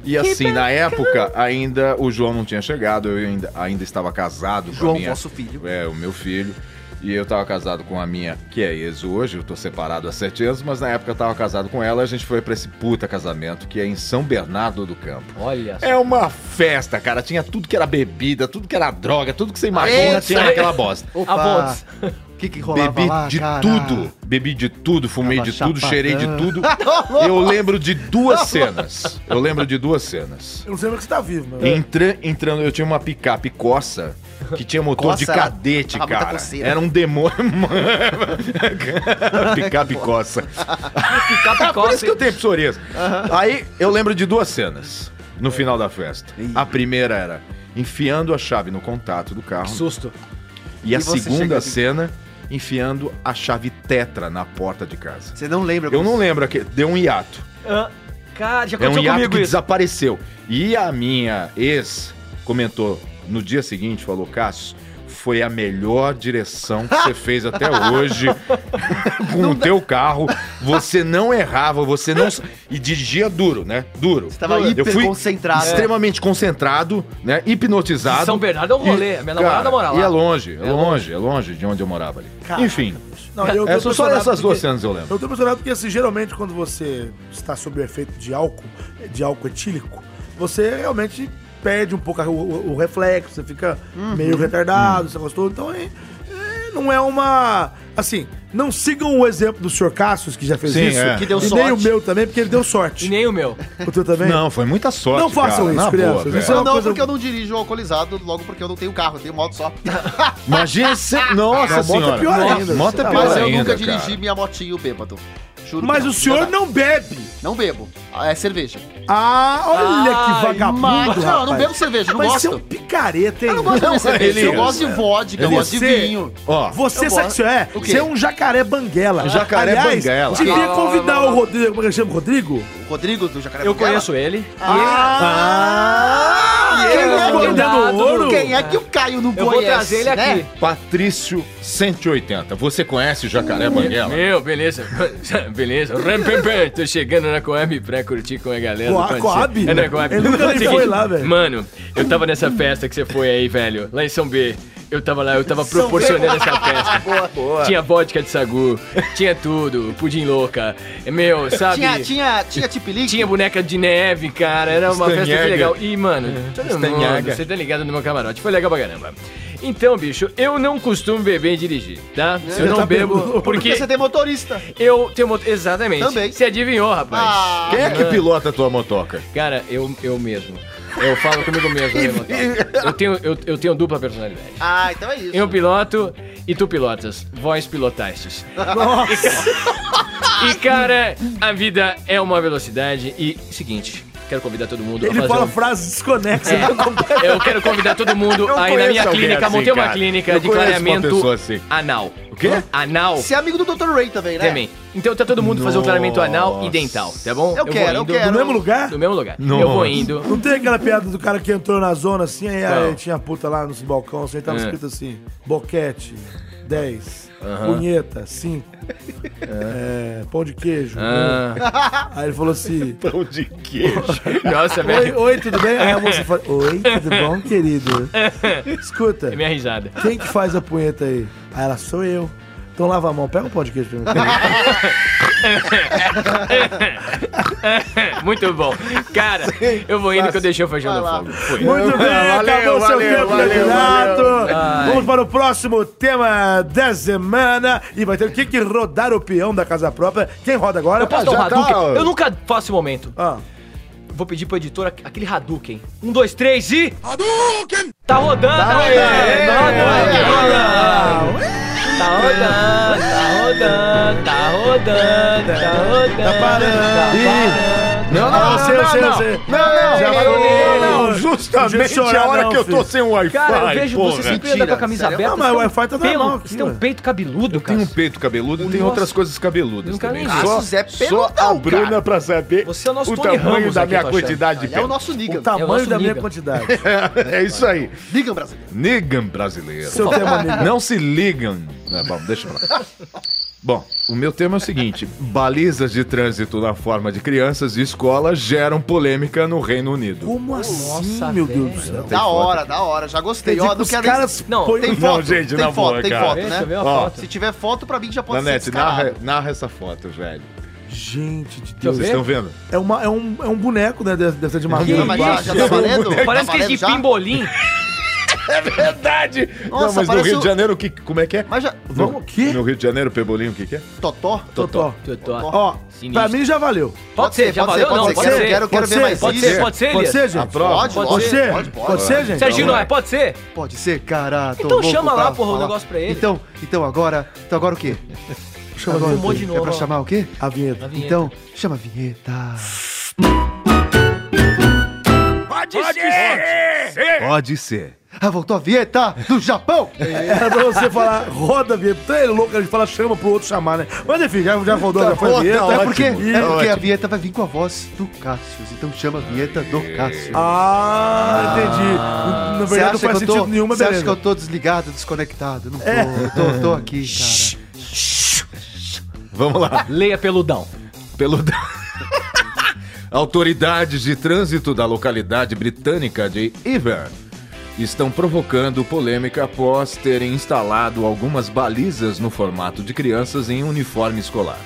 E assim, na época, ainda o João não tinha chegado, eu ainda, ainda estava casado com a
João,
minha...
vosso filho.
É, o meu filho. E eu tava casado com a minha, que é ex hoje, eu tô separado há sete anos, mas na época eu tava casado com ela, a gente foi pra esse puta casamento, que é em São Bernardo do Campo.
Olha só.
É uma festa, cara. Tinha tudo que era bebida, tudo que era droga, tudo que você imagina
Eita.
tinha naquela bosta.
É,
A Bondes.
O que que rolava
Bebi
lá,
de
cara?
tudo. Bebi de tudo, fumei
Tava
de tudo, cheirei de
chapadão.
tudo. Eu lembro de duas cenas. Eu lembro de duas cenas.
Eu não sei como é que você tá vivo, mano.
Entra- entrando, eu tinha uma picape Corsa que tinha motor de
Coça, ela-
cadete,
tava muita
cara.
coceira.
Era um demônio. Picape coça. Ah, por isso que eu tenho psoríase. Aí eu lembro de duas cenas no final da festa. A primeira era enfiando a chave no contato do carro.
Susto.
E a
E você chega
segunda
aqui.
cena, enfiando a chave tetra na porta de casa.
Você não lembra
Eu não lembro, aquele- deu um hiato.
Ah, cara, já
É um
aconteceu
hiato
comigo
que
isso.
desapareceu. E a minha ex comentou no dia seguinte, falou, Cássio, foi a melhor direção que você fez até hoje com o teu carro. Você não errava, você não... E dirigia duro, né? Duro.
Você tava
Eu fui
hiperconcentrado. É.
extremamente concentrado, né? Hipnotizado.
São Bernardo é um rolê.
E,
Minha namorada
cara,
mora lá.
E é longe, é, longe, é longe de onde eu morava ali. Enfim,
Não, eu tô
é, só- só
impressionado
essas duas
porque-
cenas eu lembro.
Eu tô impressionado porque, assim, geralmente quando você está sob o efeito de álcool, de álcool etílico, você realmente perde um pouco a- o, o- o reflexo, você fica
Uhum.
meio retardado, você gostou. Então, é- é, não é uma. Assim, não sigam o exemplo do senhor Cassius, que já fez
Sim,
isso,
é.
Que deu
e nem
sorte.
o meu também, porque ele deu
E
sorte.
nem o meu.
O teu também?
Não, foi muita sorte.
Não façam
cara,
isso,
na
crianças.
boa,
Isso
velho.
é
Eu
uma
não,
coisa-
porque eu não dirijo alcoolizado, logo porque eu não tenho carro, eu tenho moto só.
Tá
Imagina se... Nossa
Não, moto é
senhora.
pior
Nossa,
ainda.
Moto é
Mas
pior
Mas eu
ainda, cara.
nunca dirigi minha motinho bêbado. Juro que
Mas o senhor
verdade.
não bebe.
Não bebo. Ah, É cerveja.
Ah, olha que
Ai,
vagabundo.
mas- Não, eu não
rapaz.
bebo cerveja, eu não
Mas
gosto.
você é um picareta, hein?
Eu não gosto de cerveja,
ele-
eu gosto de vodka,
é.
eu
Ele- é
gosto de
você-
vinho.
Ó,
Você sabe o
Eu
que
gosto.
você é?
O quê?
Você é um jacaré banguela.
Um jacaré
Aliás,
banguela.
Devia
Ah,
convidar
não, não,
o Rodrigo. Como é que ele chama? Rodrigo?
O Rodrigo do é Jacaré
Eu
Banguela?
conheço ele.
Ah! Quem
ele
é
é
o convidado
convidado.
ouro?
Quem é que o Caio não
Eu vou
conhece,
trazer ele
né?
aqui.
Patrício 180. Você conhece o Jacaré Banguela?
Meu, beleza. beleza. Rampempé, tô chegando na Coab pra curtir com a galera.
Coa-
do Pantinho.
Coab?
É na Coab.
Ele nunca nem
Seguinte,
foi lá, velho.
Mano, eu tava nessa festa que você foi aí, velho. Lá em São B. Eu tava lá, eu tava proporcionando essa festa. Tinha vodka de sagu, tinha tudo, pudim louca. Meu, sabe?
Tinha, tinha, tinha tipilique?
Tinha boneca de neve, cara. Era uma festa
Stanhaga.
que legal. E, mano, todo mundo,
Stanhaga.
você tá ligado no meu camarote. Foi legal pra caramba. Então, bicho, eu não costumo beber e dirigir, tá? eu não
tá
bebo
bêbado.
porque
você é tem motorista.
eu tenho moto. Exatamente.
Também.
Você adivinhou, rapaz.
Ah,
Quem é que pilota a tua motoca?
Cara, eu, eu mesmo. Eu falo comigo mesmo. né, Motoca? eu, tenho, eu, eu tenho dupla personalidade.
ah, então é isso.
Eu piloto e tu pilotas. Vós pilotastes.
é?
E, cara, a vida é uma velocidade. E, seguinte, quero convidar todo mundo a
Ele
fazer
fala
um
frases desconexas.
é, eu quero convidar todo mundo
Eu
aí na minha
conheço alguém
clínica.
assim,
montei uma
cara.
clínica
Eu
de
conheço uma
clareamento
pessoa assim.
anal. O
quê?
Anal
Você é amigo do Dr. Ray também, né?
também. Então tá todo mundo fazer um clareamento anal
Nossa.
e dental, tá bom?
Eu quero, eu quero.
No mesmo lugar?
Do mesmo lugar.
Nossa.
Eu vou indo.
Não tem aquela piada do cara que entrou na zona assim, aí,
Qual?
aí tinha a puta lá nos balcão, assim, aí tava
É.
escrito assim, boquete, 10, punheta, 5, é, pão de queijo.
Ah.
Ah,
né? Aí ele falou assim,
Pão de queijo.
Nossa, é
oi,
velho.
oi, tudo bem? Aí a moça falou, oi, tudo bom, querido? Escuta,
É minha risada.
Quem que faz a punheta aí? Ah, ela sou eu. Então lava a mão, pega um pão de queijo pra mim.
É, Muito bom. Cara, eu vou indo que eu deixei o feijão no fogo. Fui.
Muito bem, acabou seu tempo, candidato. Vamos para o próximo tema da semana. E vai ter o que, que rodar o peão da casa própria. Quem roda agora?
Eu posso
já
dar um
tá,
Hadouken?
ó.
Eu nunca faço esse momento.
Ah,
Vou pedir pro editor aqu- aquele Hadouken. Um, dois, três e. Hadouken! Tá rodando!
rodando,
é,
tá
tá
rodando,
rodando,
tá
Tá rodando, tá rodando, tá rodando, tá rodando.
tá parando.
Não, não, não,
sei, eu sei, eu
não,
sei.
não. Não,
Já
não,
parou
não,
nele.
não,
Não
Justamente
precisa chorar,
a hora
não,
que eu tô
filho.
sem Wi-fi,
Cara, eu vejo você
porra.
sempre andando com a camisa
Sério?
aberta.
Não, mas
você
o
tem um
Wi-Fi tá
pelo-
normal aqui,
Você tem um
ué.
peito cabeludo,
Tem
cara.
um peito cabeludo e tem
Nossa.
outras coisas cabeludas
Não quero
também.
nem ver.
Só,
Cassius é
só
peludão,
a Bruna
cara.
pra saber
Você é o nosso
o
Tony
tamanho
Ramos
da
aqui,
minha
tô achando.
quantidade de
É o
pelo.
nosso
O
Negan.
tamanho
nosso
da minha
Negan.
quantidade.
É isso aí.
Negan brasileiro.
Nigam brasileiro.
Seu tema, amigo.
Não se ligam. É, bom, deixa pra lá. Bom, o meu tema é o seguinte: balizas de trânsito na forma de crianças e escola geram polêmica no Reino Unido.
Como assim,
Nossa,
meu
velho.
Deus do céu?
foto. tipo,
Da hora, da hora. Já gostei. Ó, não
os
quero nem-
caras...
Não,
põem-
Tem
Não,
foto,
gente,
tem
na
foto,
boa,
tem
cara.
foto,
Deixa eu ver
né?
a
Ó.
foto.
Se tiver foto, pra mim já pode
Nanete,
ser
narra,
descarado.
narra essa foto, velho.
Gente de Deus.
Deixa eu
Vocês
ver.
estão vendo?
É, uma, é, um, é um boneco, né? Deve deve ser de madeira.
Não, mas já, já
Plástico.
tá valendo? Tá
Parece que é
valendo
de
já?
pimbolim.
É verdade!
Nossa,
não, mas no
parece
Rio
o-
de Janeiro, o que, como é que é?
Mas já.
No,
Vamos.
quê?
No Rio de Janeiro, Pebolinho, o que, que é?
Totó?
Totó.
Totó.
Ó, pra mim já valeu.
Pode ser, já valeu? Não, pode ser.
Quero, quero
Pode
ver
ser,
mais
Pode
isso.
ser, pode ser,
Pode
Elias?
ser, gente?
Pode,
Pode
pode
ser.
ser.
Pode, ser, gente?
Serginho
Então,
Noé, pode ser?
Pode ser, cara. tô
Então
louco
chama
pra
lá, porra, o
falar.
negócio pra ele. Tá
Então, então agora. Então agora o quê? Chama agora.
Fumou
o quê?
de
É
novo,
pra
ó.
chamar o quê?
A vinheta.
vinheta.
Então, chama a vinheta.
Pode, ser! Pode ser.
Ah, voltou a vinheta do Japão!
Era é pra você falar, roda a vinheta. Então é louco, a gente fala chama pro outro chamar, né? Mas enfim, já, já rodou, já foi a
Pô,
vinheta.
é porque,
E-
é porque a
ótimo.
vinheta vai vir com a voz do Cássio. Então chama a vinheta do Cássio.
Ah, entendi. Na
Você
verdade, não
acha,
faz
que eu
sentido
tô,
nenhuma,
você acha que
beleza.
eu tô desligado, desconectado? Não tô, eu tô, tô aqui, cara.
Vamos lá.
Leia peludão.
Pelo. Autoridades de trânsito da localidade britânica de Iver estão provocando polêmica após terem instalado algumas balizas no formato de crianças em uniforme escolar.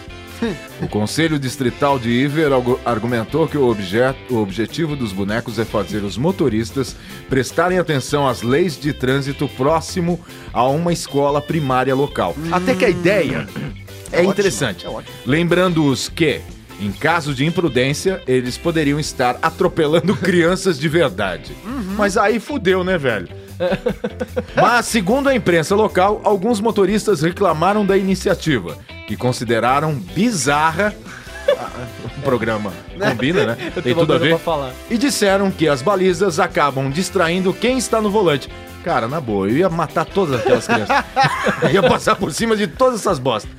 O Conselho Distrital de Iver algu- argumentou que o, objeto, o objetivo dos bonecos é fazer os motoristas prestarem atenção às leis de trânsito próximo a uma escola primária local. Até que a ideia é,
ótimo,
interessante.
Hum. é ótimo.
Lembrando-os que, em caso de imprudência, eles poderiam estar atropelando crianças de verdade.
Uhum.
Mas aí fudeu, né, velho? Mas, segundo a imprensa local, alguns motoristas reclamaram da iniciativa, que consideraram bizarra. O programa combina, né? Tem tudo a
voltando
ver.
pra falar.
E disseram que as balizas acabam distraindo quem está no volante. Cara, na boa, eu ia matar todas aquelas crianças. Eu ia passar por cima de todas essas bostas.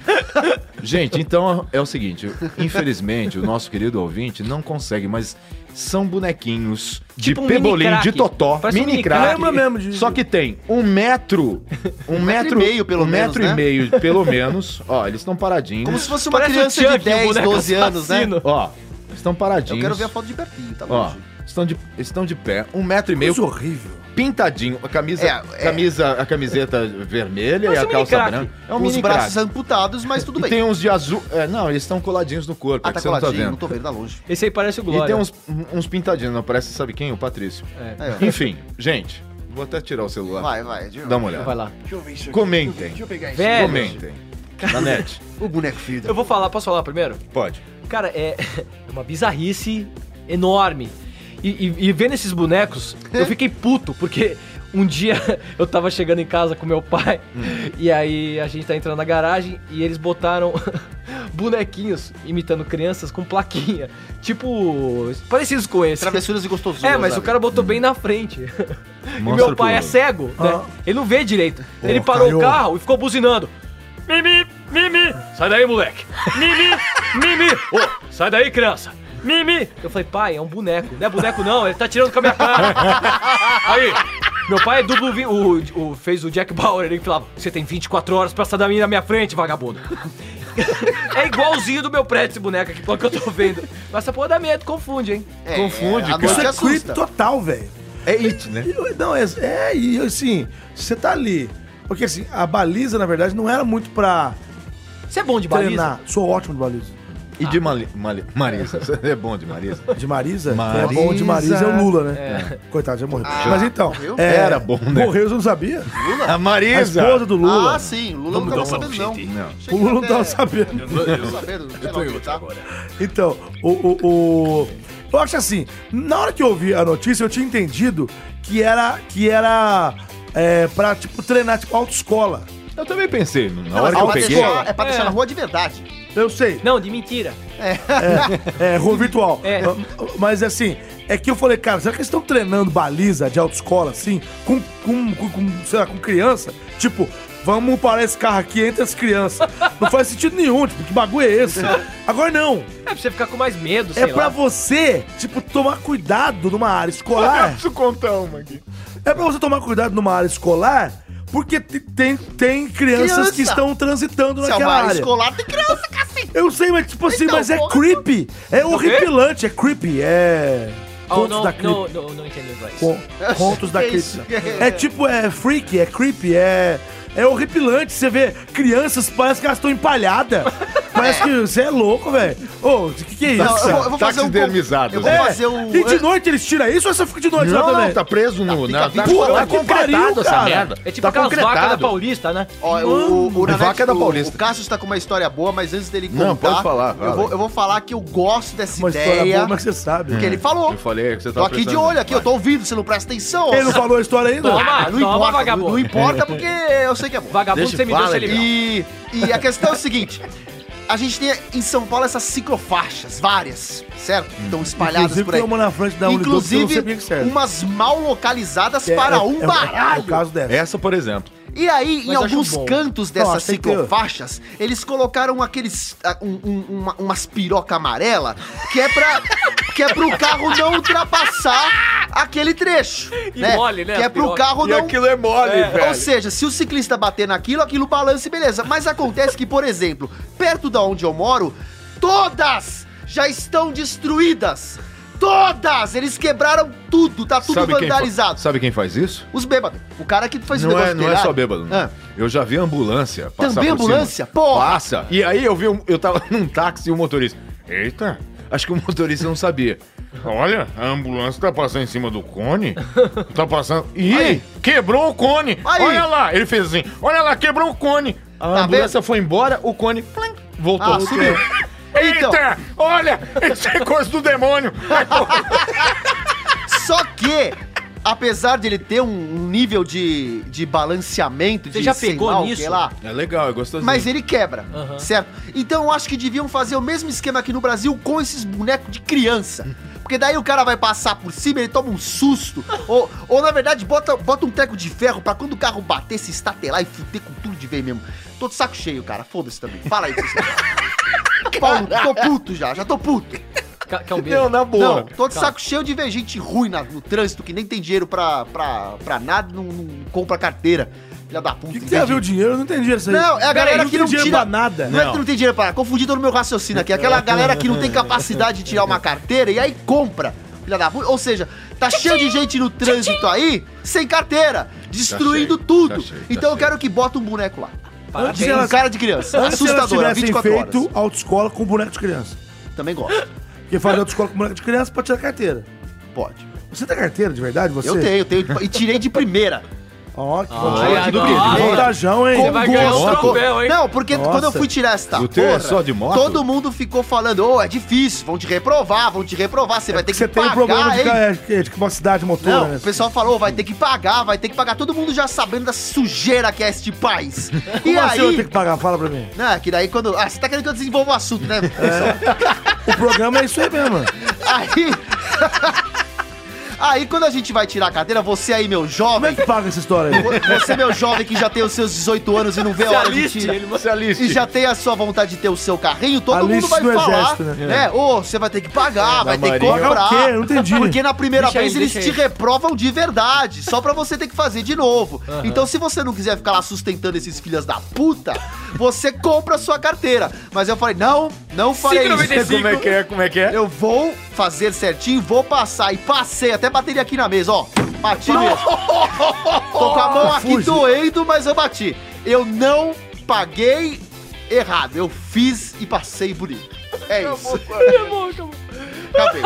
Gente, então é o seguinte: infelizmente, o nosso querido ouvinte não consegue, mas são bonequinhos
Tipo um
de
mini
pebolim, de
craque.
totó,
Parece um
mini
mini
craque.
craque. Lembra
mesmo de-
Só que tem um metro. Um metro,
e meio, pelo
um
menos,
metro
né?
e meio, pelo menos. Ó, eles estão paradinhos.
Como se fosse uma
Parece o
criança
Chuck,
de
o
10,
boneco
12 anos, né?
assassino.
Ó, estão paradinhos.
Eu quero ver a foto de pertinho, tá bom?
Ó, estão de, estão de pé, um metro e meio,
Isso é horrível.
pintadinho. A camisa,
É, é.
camisa, a camiseta vermelha e
Parece
a
um
calça
mini craque.
branca. É um
Os
mini
braços
braços
amputados, mas tudo
E
bem.
tem uns de azul. É, não, eles estão coladinhos no corpo,
Ah,
é
tá
que você não tá
coladinho, não,
vendo.
tô vendo, tá longe.
Esse aí parece o
E
Glória.
tem uns, uns pintadinhos, não parece, sabe quem? O Patrício.
Aí, ó.
Enfim, gente, vou até tirar o celular.
Vai, vai. Deixa eu-
Dá uma olhada.
Vai lá.
Deixa eu ver isso aqui.
Comentem.
Deixa eu pegar isso.
Velho.
Comentem. Na net.
O boneco filho.
Eu vou falar, posso falar primeiro?
Pode.
Cara, é, é uma bizarrice enorme. E, e- e vendo esses bonecos, eu fiquei puto, porque um dia eu tava chegando em casa com meu pai, e aí a gente tá entrando na garagem e eles botaram bonequinhos imitando crianças com plaquinha. Tipo, parecidos com esse.
Travessuras e gostosuras.
É, mas
sabe?
o cara botou bem na frente. E
Mostra
meu pai
pro-
é cego, né?
Ah.
Ele não vê direito. ele
Pô,
parou
caiu.
o carro e ficou buzinando.
Mimi, mimi,
Sai daí, moleque.
mimi,
Mimi! Ô, sai daí, criança! Mimi! Eu falei, pai, é um boneco. Não é boneco, não, ele tá tirando com a minha cara. Aí, meu pai é duplo. vi- O, o- fez o Jack Bauer, ele falava: Você tem 24 horas pra sair da minha, na minha frente, vagabundo. é igualzinho do meu prédio esse boneco aqui, pelo que eu tô vendo. Mas essa porra dá medo, confunde, hein?
É,
Confunde,
é,
cara.
a noite
Isso é creep
assusta.
total, velho.
É it, né?
E, Não, é, é, e assim, você tá ali. Porque assim, a baliza, na verdade, não era muito pra
Você é bom de baliza?
treinar. Sou ótimo de baliza.
E de Mali... Mali... Marisa. É bom de Marisa.
De Marisa?
Marisa. Ah,
É bom de Marisa é o Lula, né? Coitado, já morreu. Mas então,
morreu?
é,
Era bom, né?
Morreu, você não sabia?
A
A
Marisa!
esposa do Lula.
Ah, sim. o Lula não tava sabendo, não.
Não.
Achei
o
que
Lula não
até-
é.
tava sabendo.
Não tava sabendo. não sei lá o que, tá?
Então, o, o, o- Eu acho assim, na hora que eu ouvi a notícia, eu tinha entendido que era. que era. É, pra, tipo, treinar, tipo, autoescola.
Eu também pensei, na
Não, mas
hora
é
que eu
pra
peguei.
deixar- É pra deixar
É.
na rua de verdade.
Eu sei.
Não, de mentira.
É, rua virtual.
É.
Mas assim, é que eu falei, cara, será que eles estão treinando baliza de autoescola assim? Com, com, com, com, sei lá, com criança? Tipo, vamos parar esse carro aqui entre as crianças. Não faz sentido nenhum, tipo, que bagulho é esse? Agora não.
É pra você ficar com mais medo, sei
É pra
lá.
você, tipo, tomar cuidado numa área
é
escolar.
Preciso contar uma aqui.
É pra você tomar cuidado numa área escolar, porque te- tem, tem crianças
Criança.
que estão transitando
Se é
naquela
uma área
área.
escolar, tem criança, cacete.
Eu sei, mas tipo assim,
Então,
mas é
porra.
creepy. É horripilante, é creepy, é.
Oh,
Contos
não,
da
não,
creepy.
não, não entendo inglês.
Con- Contos da
Que
creepy.
isso?
É tipo, é freak, é creepy, é. É horripilante. Você vê crianças, parece que elas estão empalhadas. Parece que você é louco, velho. Ô, o que, que é isso?
Não, eu vou, eu vou fazer um.
Taxidermizado.
Eu vou
É.
fazer um.
E de noite eles tiram isso ou você fica de noite lá
Não,
também?
não, tá preso no. na-
fica
Tá
Pô,
tá
que pariu,
contratado essa
cara.
merda.
É tipo
Tá
aquelas vacas da
concretado.
Paulista, né?
Ó, o, o, o, Nanete-
Vaca da
o-
Paulista.
o Cássio está com uma história boa, mas antes dele contar.
Não, pode falar, fala
Eu vou,
aí.
eu vou falar que eu gosto dessa
Uma
ideia.
história boa, mas você sabe.
Que ele falou.
Eu falei que você tá
Tô
tava
aqui de
prestando-
olho aqui, eu tô ouvindo, você não presta atenção.
Ele não falou a história ainda?
Toma.
Ah, não
Toma,
importa,
vagabundo.
não, não importa porque eu sei que é bom.
Vagabundo
Deixa
você me deu,
fala,
você liberal.
E, e a questão é o seguinte: a gente tem em São Paulo essas ciclofaixas, várias, certo? Que Estão espalhadas
Inclusive
por aí.
tem uma na frente da Unidoc que eu não sei pra que que
Inclusive,
serve.
umas mal localizadas para
É, é,
um
é, É,
baralho.
o caso dessa.
Essa, por exemplo.
E aí, em
Mas acho
alguns
bom.
cantos
Não,
dessas
acho que tem que ter.
ciclofaixas, eles colocaram aqueles. ah, Um, um, uma, umas piroca amarela que é pra. que é pro carro não ultrapassar aquele trecho.
E mole, né,
Que é
as
pro
piroca.
carro
E
não.
aquilo é mole,
Ou
velho.
seja, se o ciclista bater naquilo, aquilo balança e beleza. Mas acontece que, por exemplo, perto da onde eu moro, todas já estão destruídas. Todas! Eles quebraram tudo, tá tudo
Sabe quem, fa-
vandalizado.
sabe quem faz isso?
Os bêbados. O cara que faz
Não é, não é
pirado.
só bêbado. não.
Ah.
Eu já vi ambulância passar
Também
por
ambulância?
Cima.
Porra!
Passa. E aí eu vi um, eu tava num táxi e o motorista. Eita, acho que o motorista não sabia. Olha, a ambulância tá passando em cima do cone. Tá passando. Ih,
Aí.
quebrou o cone.
Aí.
Olha lá. Ele fez assim. Olha lá, quebrou o cone. A
Tá
ambulância foi embora, o cone plim, voltou.
Ah, subiu. Então.
Eita, olha, isso é coisa do demônio.
Só que, apesar de ele ter um- um nível de, de balanceamento,
Você
de
já
sei
pegou
lá o
nisso?
que lá,
É legal, é gostosinho.
mas ele quebra, certo? Então eu acho que deviam fazer o mesmo esquema aqui no Brasil com esses bonecos de criança. Porque daí o cara vai passar por cima, ele toma um susto. ou, ou na verdade, bota, bota um treco de ferro pra quando o carro bater, se estatelar e fuder com tudo de vez mesmo. Tô de saco cheio, cara. Foda-se também. Fala aí, vocês. Paulo, tô puto já, já tô puto.
Ca- Quer um beijo?
Não, na boa.
Não, tô de saco cheio de ver gente ruim na- no trânsito que nem tem dinheiro pra, pra, pra nada, não, não compra carteira. Filha da puta.
O que, que tem a ver o dinheiro? Eu não entendi isso aí.
Não, é
Peraí,
a galera que
tem
não
dinheiro
tira-
pra nada.
Não é que não tem dinheiro pra. Confundi todo o meu raciocínio aqui. É Aquela galera que não tem capacidade de tirar uma carteira e aí compra. Filha da puta. Ou seja, tá cheio de gente no trânsito aí sem carteira, destruindo
cheio,
tudo.
tá cheio, tá
então eu
cheio.
quero que bota um boneco lá.
Parabéns.
Antes ela-
Um cara de criança.
Antes elas
Assustadora,
tivessem
24
feito
horas.
autoescola com boneco de criança.
Também gosto.
Porque fazer autoescola com boneco de criança pode tirar carteira.
Pode.
Você tem carteira de verdade? Você?
Eu tenho, eu tenho. E tirei de primeira.
Ó, que
Aí,
vantagem.
aí,
do
não,
Brito.
aí,
Vantajão, hein?
Ah. Você vai ganhar um
Nossa,
troféu, hein?
Não, porque
Nossa.
quando eu fui tirar esta
O teu é só de moto?
todo mundo ficou falando, ô, é difícil, vão te reprovar, vão te reprovar, você vai ter que
Você tem um
pagar,
problema de,
hein?
ca- de, de capacidade motora,
Não,
né?
o pessoal falou, vai ter que pagar, vai ter que pagar. Todo mundo já sabendo da sujeira que é este país. e
Como assim eu tenho
aí...
que pagar? Fala pra mim.
Não, é que daí quando... Ah, você tá querendo que eu desenvolva o assunto, né?
O programa é isso aí mesmo.
aí... aí quando a gente vai tirar a cadeira, você aí, meu
Como é
jovem...
que paga essa história aí?
vo- Você, meu jovem, que já tem os seus 18 anos e não vê a hora de
aliste,
tirar.
ele
Você é aliste.
e já tem a sua vontade de ter o seu carrinho, todo
Alice
mundo vai
no
falar,
exército, né?
né? Ô, você vai ter que pagar, vai ter que
Marinha.
comprar.
Pagar o quê? É um Eu não entendi.
Porque na primeira
É, Deixa
vez
ele,
eles te
deixa ele.
reprovam de verdade, só pra você ter que fazer de novo. Então se você não quiser ficar lá sustentando esses filhas da puta, você compra a sua carteira. Mas eu falei, não, não falei
Cinco
isso.
noventa e cinco.
Como é que é? Como é que é?
Eu vou fazer certinho, vou passar. E passei, até bateria aqui na mesa, ó. Bati mesmo. Tô com a mão aqui
Fuge.
doendo, mas eu bati. Eu não paguei errado. Eu fiz e passei bonito. É isso. Acabei.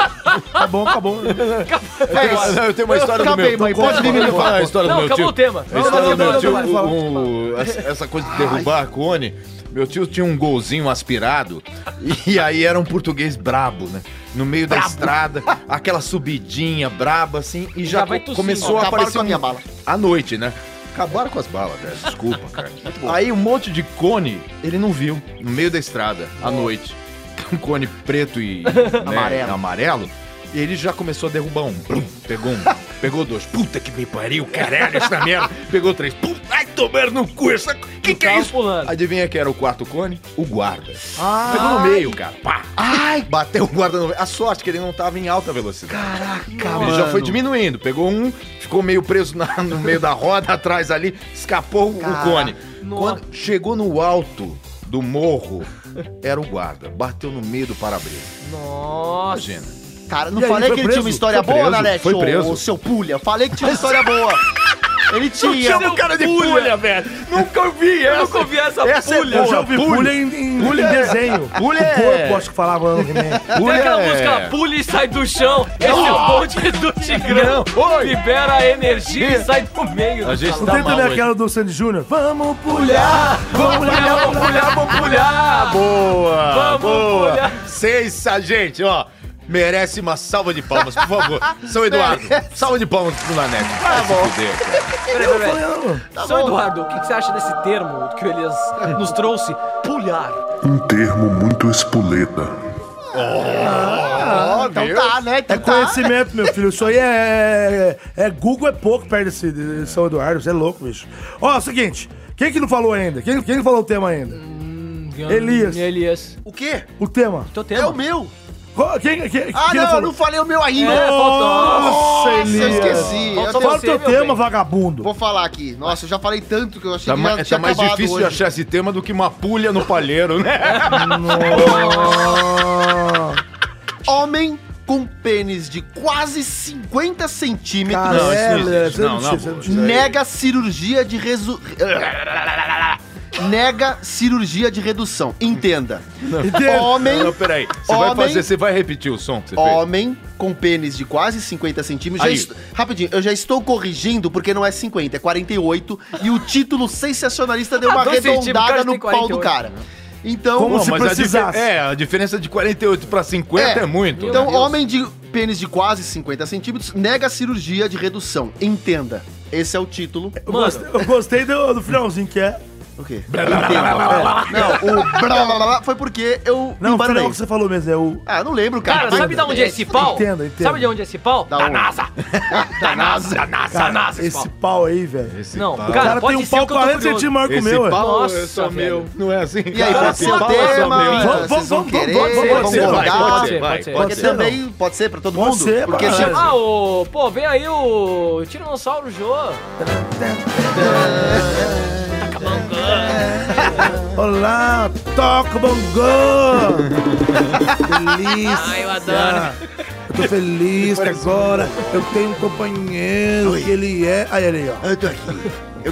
Tá bom, acabou.
É isso.
Não, eu tenho uma história do
Acabei,
meu
mãe,
Então,
pode vir me
conta,
levar.
conta A história do
Não,
meu
acabou
tio.
o tema.
A
Não,
história
não,
do meu
não,
tio,
não, não,
o- o- essa essa coisa de derrubar cone. Meu tio tinha um golzinho aspirado e aí era um português brabo, né? No meio da estrada, aquela subidinha braba assim e já,
Já vai
co-
tossindo.
começou a
Acabaram
aparecer
com a minha
um-
bala.
à noite, né? Acabaram com as balas, velho. Desculpa, cara. Aí um monte de cone ele não viu no meio da estrada à noite. Um cone preto e né,
Amarelo.
amarelo. E ele já começou a derrubar um. Brum, pegou um. Pegou dois. Puta que me pariu, caralho, essa merda. Pegou três. Puta, ai, tomando no cu. Essa... Que que é
Carro
isso?
Tá pulando.
Adivinha quem era o quarto cone? O guarda. Pegou no meio, cara. Pá. Ah. Ai, bateu o guarda no meio. A sorte é que ele não tava em alta velocidade. Ele já foi diminuindo. Pegou um, ficou meio preso na- no meio da roda atrás ali, escapou o cone. Quando chegou no alto do morro, era o guarda. Bateu no meio do para-brisa.
Nossa.
Imagina.
Cara, não
E aí,
falei
foi
que ele
preso?
tinha uma história
Foi
boa,
preso?
Nanete,
Foi preso.
ô, seu pulha. Falei que tinha uma história boa. Ele tinha.
Chama o cara de pulha, velho. Nunca ouvi essa.
Nunca ouvi essa,
Essa é
pulha.
boa.
Eu já ouvi
Pulha.
pulha em, em-
Pulha.
em desenho.
Pulha
O
é-
corpo, acho que falava ano que vem.
Tem
Pulha
aquela
é-
música Pule e sai do chão. Esse é o bonde do Tigrão.
Não. Oi.
Libera a energia e sai do meio.
A
do
gente Ah,
Não
salão.
tá
tem
mal
também
hoje.
aquela do Sandy Júnior? Vamos pulhar! Vamos
Pulhar,
pulhar!
vamos pulhar, vamos pulhar.
Boa,
Vamos,
boa.
olha.
Seis, gente, ó. Merece uma salva de palmas, por favor. São Eduardo, salva de palmas pro Nanete. Tá bom.
Peraí, peraí, peraí.
Tá
São
bom.
Eduardo, o que que você acha desse termo que o Elias nos trouxe? Pulhar.
Um termo muito espoleta.
Ah, então tá, né? Então
É conhecimento, meu filho. Isso aí é. É Google é pouco perto desse de São Eduardo. Você é louco, bicho. Ó, seguinte. Quem que não falou ainda? Quem, quem não falou o tema ainda? Elias.
Elias.
tá. O quê?
O tema.
Teu
É o
tema.
meu.
Qual- Quem, quem-
Ah,
quem
não, eu
falou?
não falei o meu ainda.
É,
Nossa,
Nossa, eu
Elias.
esqueci. Eu
Fala
Falta
tenho-
o
você,
teu
meu
tema,
bem.
vagabundo.
Vou falar aqui. Nossa, eu já falei tanto que eu achei
Tá,
que
ma-
já
tá
tinha
mais
acabado
difícil de
hoje.
achar esse tema do que uma pulha no palheiro, né?
Homem com pênis de quase 50 centímetros
Cara,
Não, isso não
é,
existe.
Leandro, você
Não,
não,
não,
precisa, você não,
pô,
precisa.
nega cirurgia de resu... Nega cirurgia de redução. Entenda.
Entendeu?
Homem,
Não, peraí. Você vai
Homem.
fazer, você vai repetir o som que você fez.
homem com pênis de quase 50 centímetros. Já
Aí.
est- Rapidinho, eu já estou corrigindo porque não é 50, é 48. e o título sensacionalista
Ah,
deu uma
Dois centímetros, o cara
arredondada
tem
no pau
48.
do cara. Então,
Como
Não,
se
mas a dife-
precisasse.
É, a diferença de 48 pra 50 é, muito.
Então,
né?
homem de pênis de quase 50 centímetros nega cirurgia de redução. Entenda. Esse é o título.
Eu gostei, eu gostei do, do finalzinho que é.
O quê? Entenda. Não, o blá blá blá foi porque eu
Não, o
embaralhei.
final que você falou mesmo. É o.
Ah, não lembro, cara.
Cara, sabe de onde é esse pau?
Entendo, entendo.
Sabe de onde é esse pau?
Da
da
onde?
NASA. da NASA. Da NASA. Da
Cara,
NASA, esse
esse
pau.
pau aí, velho.
Esse
Não,
pau-
O
Cara,
cara
pode
tem um
ser
pau
que eu tô
40
curioso.
centímetros maior que o
esse
meu, velho.
pau é
Nossa,
só
velho.
meu. Não é assim?
E aí, pode ser o tema,
Vamos,
vocês
vamos,
vão
vamos,
querer,
vamos,
vão
vamos,
Pode ser, vai,
jogar.
pode ser, vai.
Pode ser.
Porque
ser,
também pode ser pra todo
Pode
mundo?
ser,
Porque
pode
se-
ser.
Ah, o. Pô, vem aí o. Tiranossauro Jô.
Olá, toca o bongo! Delícia! Ai, Ah, eu
Ah,
adoro! Eu tô feliz que agora eu tenho um companheiro que ele é. Aí ele, ó.
Eu tô aqui. Eu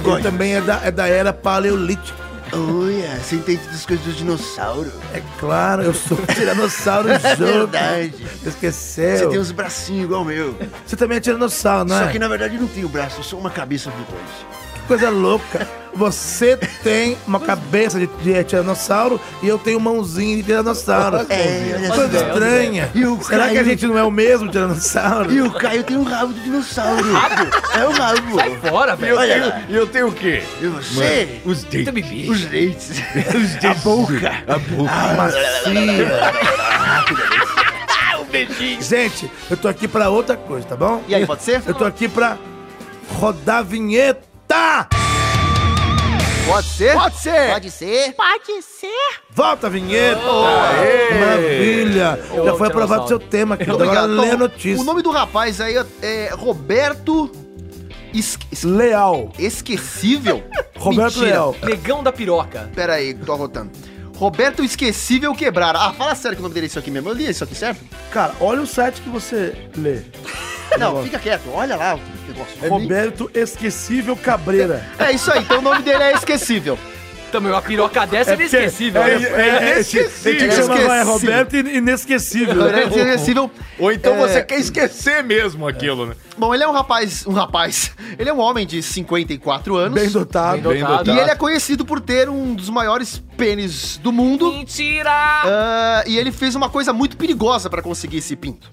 Ele
gosto.
também é da, é da era paleolítica.
Olha, você entende das coisas do dinossauro.
É claro, eu sou um tiranossauro
É
Jô.
verdade.
Esqueceu.
Você
Você,
tem uns bracinhos igual o meu.
também é tiranossauro, não é?
Só que na verdade eu não tenho braço, eu sou uma cabeça gigante.
Que coisa louca. Você tem uma cabeça de, de tiranossauro e eu tenho mãozinha de tiranossauro.
É, olha
Coisa
só.
estranha.
E o
Será que a
Caio-
gente não é o mesmo tiranossauro?
E o Caio tem um rabo de dinossauro. Rabo? É o rabo.
Bora,
E eu,
velho.
Olha
tenho,
lá.
e eu tenho o quê?
E você?
Mano, os dentes.
bibi.
Os dentes.
Os dentes. A boca. A boca.
Gente, eu tô aqui pra outra coisa, tá bom?
E aí, pode ser?
Eu tô aqui pra rodar a vinheta!
Pode ser?
Pode ser.
Pode ser.
Pode ser.
Volta a vinheta! Maravilha! Já
amo
foi aprovado
tiranossauro.
o seu tema aqui,
Muito
agora
Então, obrigado.
lê a
Tom,
notícia.
O nome do rapaz aí é Roberto Esque- Esque-
Leal.
Esquecível?
Roberto
Mentira.
Leal.
Negão da piroca.
Pera aí, tô arrotando. Roberto Esquecível Quebrar. Ah, fala sério que o nome dele é isso aqui mesmo. Eu li isso aqui, certo?
Cara, olha o site que você lê.
Não, fica quieto. Olha lá o que negócio.
É Roberto Esquecível Cabreira.
É isso aí. Então o nome dele é Esquecível.
Também uma piroca dessa é,
porque-
inesquecível.
é,
né?
é, é, Ele tinha que
Inesquecível.
chamar vai, Roberto in- Inesquecível.
Roberto Esquecível.
Ou então
É.
você quer esquecer mesmo aquilo, né?
Bom, ele é um rapaz... Um rapaz. Ele é um homem de 54 anos.
Bem dotado.
Bem dotado.
E ele é conhecido por ter um dos maiores pênis do mundo.
Mentira!
Ah, e ele fez uma coisa muito perigosa pra conseguir esse pinto.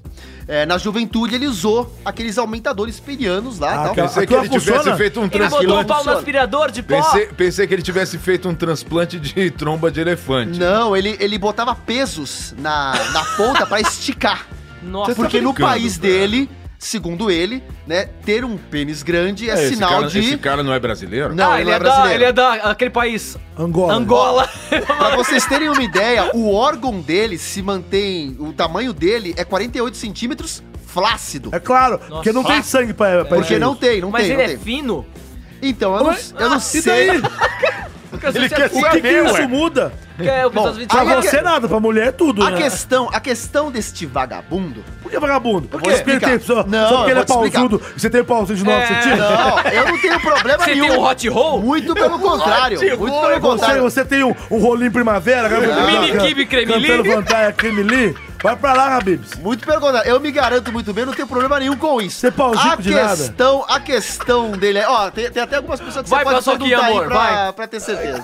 É, na juventude, ele usou aqueles aumentadores perianos lá.
Ah,
tal.
cara.
Pensei que
Aquilo
ele tivesse
funciona?
feito um
Ele botou o
transplante.
pau no aspirador de pó.
Pensei, pensei que ele tivesse feito um transplante de tromba de elefante.
Não, ele, ele botava pesos na, na ponta pra esticar.
Nossa,
Você tá
porque no
brincando,
país
cara.
dele, segundo ele, né, ter um pênis grande é,
esse
sinal
cara,
de.
Esse cara não é brasileiro?
Não,
ah, ele, é da, ele é da aquele país.
Angola.
Angola.
Pra vocês terem uma ideia, o órgão dele se mantém. O tamanho dele é 48 centímetros flácido.
É claro, porque não tem sangue pra, pra
Porque
encher
não
isso.
tem, não
Mas
tem,
ele
não
é
tem.
fino.
Então, eu não,
Ué?
eu não
Ah, e
sei.
daí?
Porque se
Ele
você
quer
é
ser
fino,
O que, que
Ué,
isso
ué.
muda?
quer o pessoal
Bom,
de-
Pra
Aí é
você
que-
nada, pra mulher é tudo,
A
né?
questão, a questão deste vagabundo
Por que vagabundo? Por
quê?
Porque ele tem, só,
Não,
só porque
eu
ele é
vou te explicar.
pausudo e você tem pauzinho de 9 centímetros?
Não, eu não tenho problema
Você
nenhum.
tem um hot roll?
Muito pelo contrário.
Hot
Muito
roll,
pelo
Você,
contrário.
você tem um, um rolinho primavera,
Mini kibe cremili.
Cantando fantaia cremili. Vai pra lá, Habibs.
Muito pelo contrário. Eu me garanto muito bem, não tenho problema nenhum com isso.
Você é pausico
a
de nada.
questão, A questão dele é... Ó, tem, tem até algumas pessoas que
Vai pra sua aqui,
perguntar aí
amor,
pra,
vai.
pra ter certeza.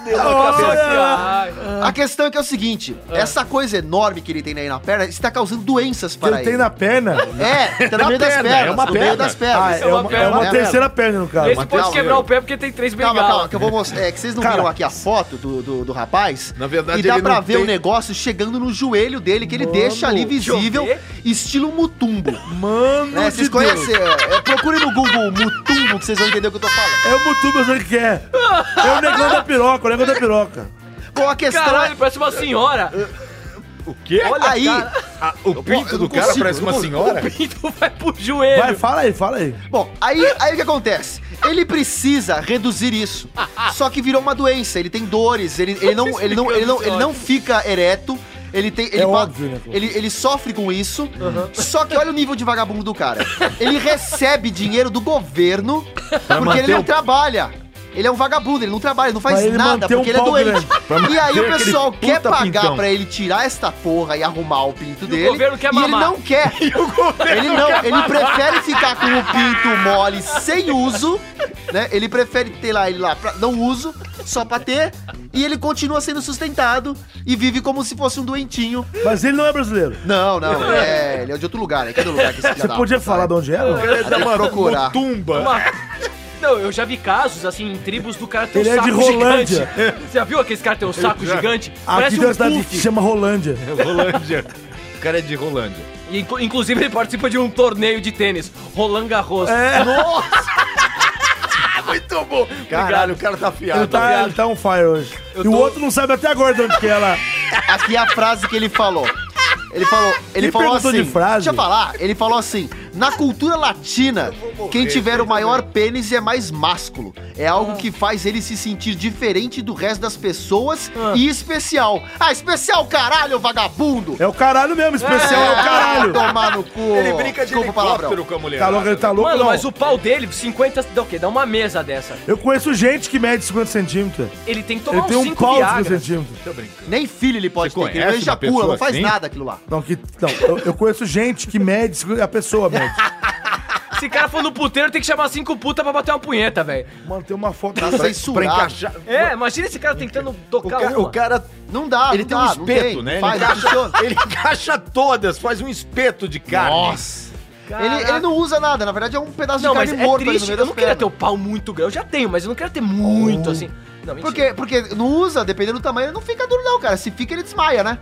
Ai,
A questão é que é o seguinte. Essa coisa enorme que ele tem aí na perna está causando doenças
Que
para
ele
ele.
tem na perna.
É, tá no meio das
perna,
pernas.
é uma
no meio
perna.
das pernas.
é uma, é uma
É.
terceira perna, no caso.
Esse pode
calma,
quebrar o pé porque tem três
Calma, calma,
bengalas.
que eu vou mostrar. É que vocês não
Cara.
viram aqui a foto do, do, do rapaz.
Na verdade,
E dá
ele
pra
não
ver
tem-
o negócio chegando no joelho dele, que ele deixa ali
deixa eu
visível,
ver.
estilo mutumbo.
Mano,
Né?
de Deus.
Vocês conhecem? É, é, procure no Google mutumbo que vocês vão entender o que eu tô falando.
É o Mutuba, eu sei o que é. É o negão da piroca, o negão da piroca.
Bom, a questão
Caralho,
é.
parece uma senhora.
O quê?
Olha aí,
Ah, o pinto
eu
do
não
cara
consigo,
parece
eu
uma
não-
senhora?
O pinto Então vai pro joelho.
Vai, fala aí, fala aí.
bom, aí, aí o que acontece? Ele precisa reduzir isso. Só que virou uma doença, ele tem dores, ele, ele, não, ele, não, ele, não, ele não fica ereto. Ele tem. Ele,
É
pa-
óbvio, né, Clô?
ele, ele sofre com isso. Só que olha o nível de vagabundo do cara. Ele recebe dinheiro do governo porque ele
manter
não
o-
trabalha. Ele é um vagabundo, ele não trabalha, ele não faz
Pra ele
nada
manter
porque
um
ele é
pau
doente.
grande.
Pra
E aí
manter
o
aquele
pessoal quer
puta
pagar
pintão.
pra ele tirar esta porra e arrumar o pinto dele.
governo quer
e ele
mamar.
não quer. Ele não, ele prefere ficar com o pinto mole sem uso, né? Ele prefere ter lá ele lá pra, não uso, só pra ter, e ele continua sendo sustentado e vive como se fosse um doentinho.
Mas ele não é brasileiro.
Não, não, ele é, ele é de outro lugar, né? Cadê o lugar que esse filho
Você
da
podia
puta
falar
é?
de onde era?
É da
Vou procurar.
Tumba.
Uma- Não, eu já vi casos, assim, em tribos do cara ter
Ele é de Rolândia.
gigante. Você já viu aqueles caras ter um saco
já.
gigante?
Aqui
Parece
tem uma
um
cidade que
puff.
chama Rolândia.
Rolândia. O cara é de Rolândia.
E, inclu- inclusive, ele participa de um torneio de tênis. Roland
É.
Garros.
Muito bom. Caralho, o cara tá
Ele
afiado.
tá, ele tá on fire hoje. E o
tô-
outro não sabe até agora de onde que é lá.
Aqui é a frase que ele falou. Ele falou, ele
Quem
falou
perguntou
assim.
de frase?
Deixa eu falar, ele falou assim: na cultura latina, quem tiver o maior pênis é mais másculo. É
Ah.
algo que faz ele se sentir diferente do resto das pessoas e especial. Ah, especial caralho, vagabundo!
É o caralho mesmo, especial é, o
Ah,
caralho.
Tomar no cu.
Ele brinca de
Desculpa o palavrão.
helicóptero com a mulher.
Tá louco, ele tá louco,
É. Mano,
não.
mas o pau dele, 50... Dá o quê? Dá uma mesa dessa.
Eu conheço gente que mede 50 centímetros.
Ele tem que
Ele
tomar
tem
uns
um
5
pau de 50
Viagra.
centímetros.
Nem filho ele pode
Você
ter,
conhece
ele
uma
ejacula,
pessoa
não faz
assim?
nada aquilo lá.
Não, que, não eu, eu conheço gente que mede 50 a pessoa mede.
Se cara for no puteiro, tem que chamar cinco putas pra bater uma punheta, velho.
Mano, tem uma foto
Tá
dessa aí.
censurado.
É, imagina esse cara tentando
O
tocar
cara,
uma.
o cara
Não dá,
ele
não
tem um
dá, não
espeto,
tem.
né? Ele
Faz, não
encaixa,
funciona.
ele encaixa todas, faz um espeto de carne.
Nossa. Ele,
Caraca.
ele não usa nada, na verdade é um pedaço
Não,
de
mas
carne
é
morta ali
triste.
no meio
Eu não
das
queria ter
pernas.
o pau muito grande. Eu já tenho, mas eu não quero ter muito, assim. Não, mentira.
Porque, porque não usa, dependendo do tamanho, ele não fica duro não, cara. Se fica, ele desmaia, né?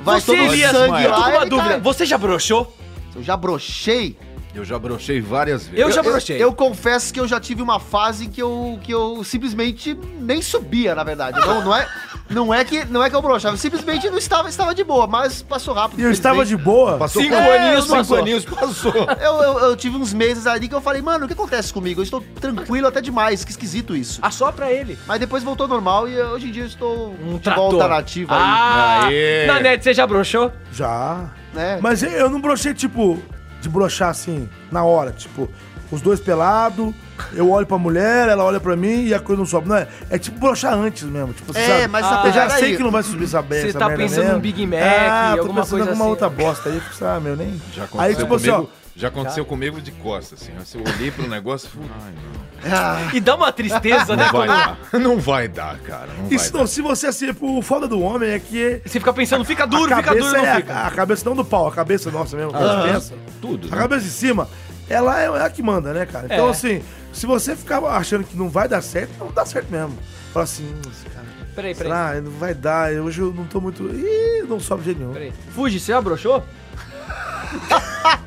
Vai
Você,
todo o
Elias,
sangue
eu tô
lá
com
e
uma
ele
dúvida.
cai.
Você já broxou?
Eu já brochei.
Eu já brochei várias vezes.
Eu já
Eu,
brochei.
eu confesso que eu já tive uma fase que eu, que eu simplesmente nem subia, na verdade. Não, não, é, não, é que, não é que eu brochava, eu simplesmente não estava, estava de boa, mas passou rápido.
E eu estava de boa.
Passou
Cinco
É,
por-
aninhos
cinco
passou.
aninhos passou.
Eu, eu, eu tive uns meses ali que eu falei, mano, o que acontece comigo? Eu estou tranquilo até demais, que esquisito isso.
Ah, só pra ele.
Mas depois voltou ao normal e hoje em dia eu estou
Um
de
trator.
volta nativa
Ah,
Aê.
na net, você já broxou?
Já.
aí, né?
Mas eu- eu não brochei, tipo, de brochar assim, na hora. Tipo, os dois pelados, eu olho pra mulher, ela olha pra mim e a coisa não sobe. Não, é, é tipo brochar antes mesmo. Tipo, você
É,
sabe?
mas essa
eu já
pegada
sei
aí-
que não vai subir essa merda.
Você
essa
tá
merda
pensando
mesmo.
num Big Mac,
ah,
alguma
tô pensando
coisa
em alguma
assim.
outra bosta aí. tipo, Ah, meu, nem...
Já
aí,
aconteceu
tipo assim, ó,
comigo, já aconteceu comigo de costas, assim. ó. Se eu olhei pro negócio, fui, ai, não.
E dá uma tristeza, né?
Não vai
quando-
dar. Não vai dar, cara. Não vai
isso
dar.
não, se você, assim,
tipo,
o foda do homem é que...
Você fica pensando, fica
a
duro, fica
cabeça
duro, não
é a-
fica.
A, cabeça não do pau, a cabeça nossa mesmo, que a gente pensa.
Tudo,
A
né?
cabeça de cima, ela é, é a que manda, né, cara? Então,
É.
assim, se você ficar achando que não vai dar certo, não dá certo mesmo. Fala assim, "Hum, esse cara,
Peraí, peraí.
será? Não vai dar, hoje eu não tô muito... Ih, não sobe de jeito nenhum.
peraí. Fuji, você já broxou?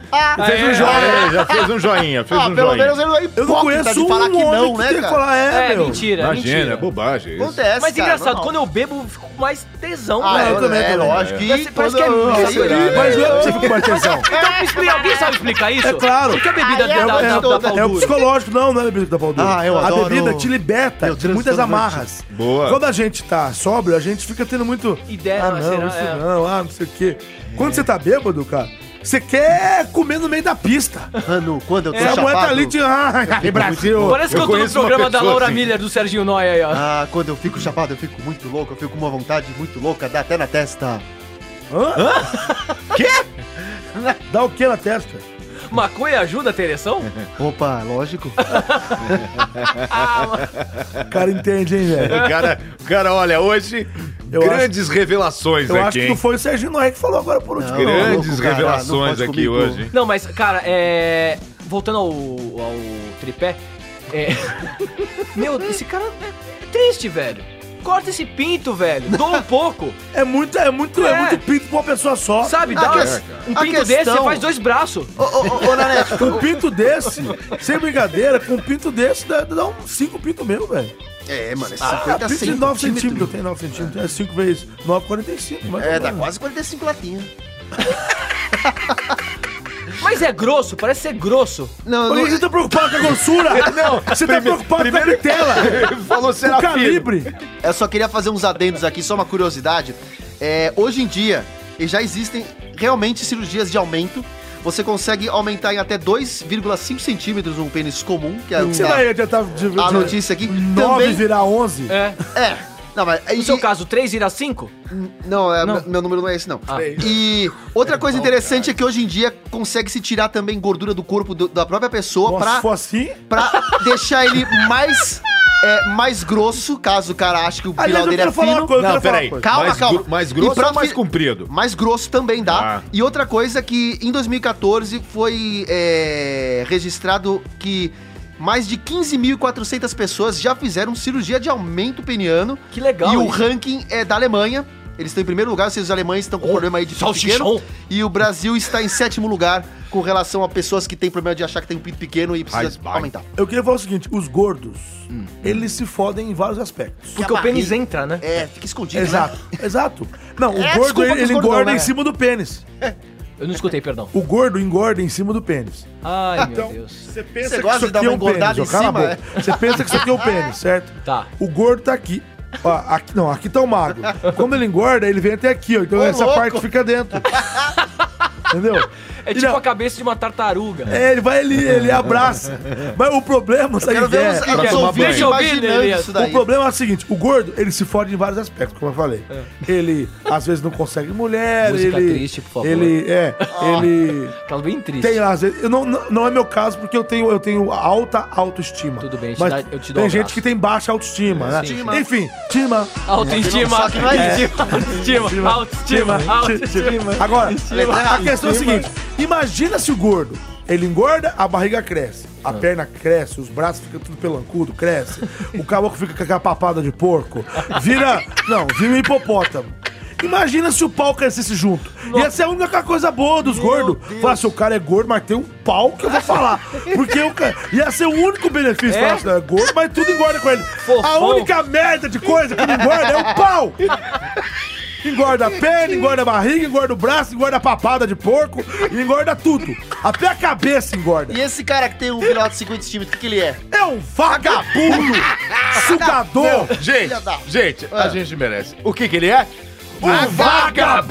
É,
Fez um joinha, já fez um joinha, fez
Ah,
um
pelo
joinha.
menos ele não é
Eu não
hipócrita
conheço
de
um
falar que
homem
não,
que
né,
tem que
cara?
falar, é,
É,
meu.
mentira,
Imagina,
mentira.
é bobagem isso.
Acontece,
Mas
cara,
engraçado,
normal.
quando um eu bebo, eu fico com mais tesão. né?
Ah,
cara.
eu também, é
também.
lógico.
Parece-
que
parece que é
quando-
muito
Aí-
acelerado,
Mas não é pra você ficar com mais atenção.
Então, me explica, alguém sabe explicar isso?
É claro.
Por que a bebida
Aí é
da, da, da,
toda-
da pau
É o
duro?
psicológico, não, não é a bebida que dá pau duro.
Ah, eu
a
adoro.
bebida te liberta
Meu
de
Deus,
muitas
todo
amarras.
Boa.
Quando a gente tá sóbrio, a gente fica tendo muito.
Ideia,
ah,
não,
não,
será?
isso
É.
não, ah, não sei o quê. Quando você tá bêbado, cara, Você quer comer no meio da pista.
Ah, Mano, quando eu tô
É.
É
Você
chapado...
aguenta ali de. Ai, Brasil.
Parece que
eu
eu, tô no
conheço uma
programa da
pessoa
Laura
assim.
Miller, do Serginho Noia aí, ó.
Ah, quando eu fico chapado, eu fico muito louco, eu fico com uma vontade muito louca, dá até na testa.
Dá o que na testa?
Maconha ajuda a ter ereção?
Opa, lógico.
Ah,
O cara entende, hein, velho?
O cara, o cara, olha, hoje,
Eu
grandes revelações
Eu acho
aqui,
que
hein?
não foi o Serginho Noé que falou agora por último.
Não,
não.
Grandes
louco, cara, não
revelações
pode
aqui
comigo.
hoje.
Não, mas, cara, é. Voltando ao, ao tripé. É... Meu, esse cara é triste, velho. Corta esse pinto, velho. Doa um pouco.
É muito, é muito, é.
É.
muito pinto pra uma pessoa só.
Sabe?
A
Dá
que-
um, um
a
pinto
questão-
desse, você faz dois braços.
Ô, ô, ô, ô, Nanete,
Um pinto desse, sem brincadeira, com um pinto desse, dá, dá um cinco pinto meu, velho.
É, mano, é
Ah,
50
pinto de 9 centímetros, eu tenho 9 centímetros, é 5 vezes 9, 45. Mas
É, dá quase 45 latinhas.
Mas é grosso, parece ser grosso.
Não,
Mas você tá preocupado com a grossura? Não, você tá preocupado com a tela,
Ele falou
o
será filho.
calibre.
Eu só queria fazer uns adendos aqui, só uma curiosidade. É, hoje em dia, e já existem realmente cirurgias de aumento. Você consegue aumentar em até 2,5 centímetros um pênis comum, que é o que
Você
tá
vai adiantar de, de,
a notícia aqui.
9
Também.
virar 11?
É.
É. Não, mas.
No seu caso, três vira cinco?
Não, é,
Não.
meu- meu número não é esse, não.
Ah.
E outra coisa interessante é que hoje em dia consegue-se tirar também gordura do corpo do- da própria pessoa
Nossa,
pra
se for assim...
pra deixar ele mais, é, mais grosso, caso o cara ache que o
Aliás,
pilau
eu
dele é
quero falar uma
fino.
coisa, eu
Não,
quero falar
peraí.
uma coisa.
Calma,
Mais
calma.
gru- mais
E
grosso
pra
ou mais
fi-
comprido?
Mais grosso também dá.
Ah.
E outra coisa que em 2014 foi é, registrado que mais de 15.400 pessoas já fizeram cirurgia de aumento peniano.
Que legal.
e o
hein?
ranking é da Alemanha. Eles estão em primeiro lugar, vocês os alemães estão com problema aí de pinto
salsichão.
pequeno. E o Brasil está em sétimo lugar com relação a pessoas que têm problema de achar que tem um pinto pequeno e precisa
Faz bem.
aumentar.
Eu queria falar o seguinte, os gordos,
Hum.
eles se fodem em vários aspectos.
Porque o pênis entra, né?
É, fica escondido. né?
Exato, exato. Não, o
É,
gordo,
desculpa
ele,
pros
ele
gordão,
engorda
né?
em cima do pênis.
Eu não escutei, perdão.
O gordo engorda em cima do pênis.
Ai, meu
Então,
Deus.
você pensa
Você gosta de dar uma engordada
ó,
em
cala a
cima,
boca. Você pensa que isso aqui é um pênis, certo?
Tá.
O gordo tá aqui. Ó, aqui não, aqui tá o magro. Quando ele engorda, ele vem até aqui, ó. Então
Ô,
essa
louco.
parte fica dentro. Entendeu?
É
E
tipo
não,
a cabeça de uma tartaruga.
é, ele vai ali, ele abraça. Mas o problema, sabe
Quero
o que
ver
é?
os,
pra
os
tomar
ouvintes
banho.
imaginando
Ouvindo,
isso daí.
O problema é o seguinte, o gordo, ele se fode em vários aspectos, como eu falei.
É.
Ele, às vezes, não consegue mulher,
Música
ele...
triste, por favor.
Ele, é,
Ah.
ele...
Aquela bem triste.
Tem lá, às vezes. Eu não, não não é meu caso, porque eu tenho, eu tenho alta autoestima.
Tudo bem, eu te
mas
dá- eu te dou
Tem
um
gente
abraço. É,
que tem baixa autoestima, né?
Sim.
Enfim, tima.
Autoestima.
Só que não é isso.
Autoestima. Autoestima. Autoestima.
Agora, a questão é a seguinte: imagina se o gordo. Ele engorda, a barriga cresce,
É.
a perna cresce, os braços ficam tudo pelancudo, cresce, o caboclo fica com aquela papada de porco, vira. Não, vira um hipopótamo. Imagina se o pau crescesse junto. Ia ser a única coisa boa dos gordos. Falar se o cara é gordo, mas tem um pau que eu vou falar. Porque o cara. Ia ser o único benefício. Falar assim, "Não, é gordo, mas tudo engorda com ele. A
Fofão.
única merda de coisa que não engorda é o pau. Engorda a perna, engorda a barriga, engorda o braço, engorda a papada de porco, e engorda tudo. Até a cabeça engorda.
E esse cara que tem um piloto de 50 centímetros, o que, que ele é?
É um vagabundo, sugador,
Gente,
Filha da-
gente, a
É.
gente merece. O que que ele é? Um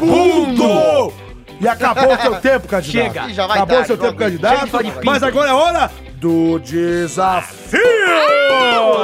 vagabundo! E acabou o seu tempo, candidato.
Chega.
Ih, já vai
acabou o
tarde,
seu tempo,
logo.
candidato.
Chega de falar de
Mas
pinto.
agora é hora do desafio!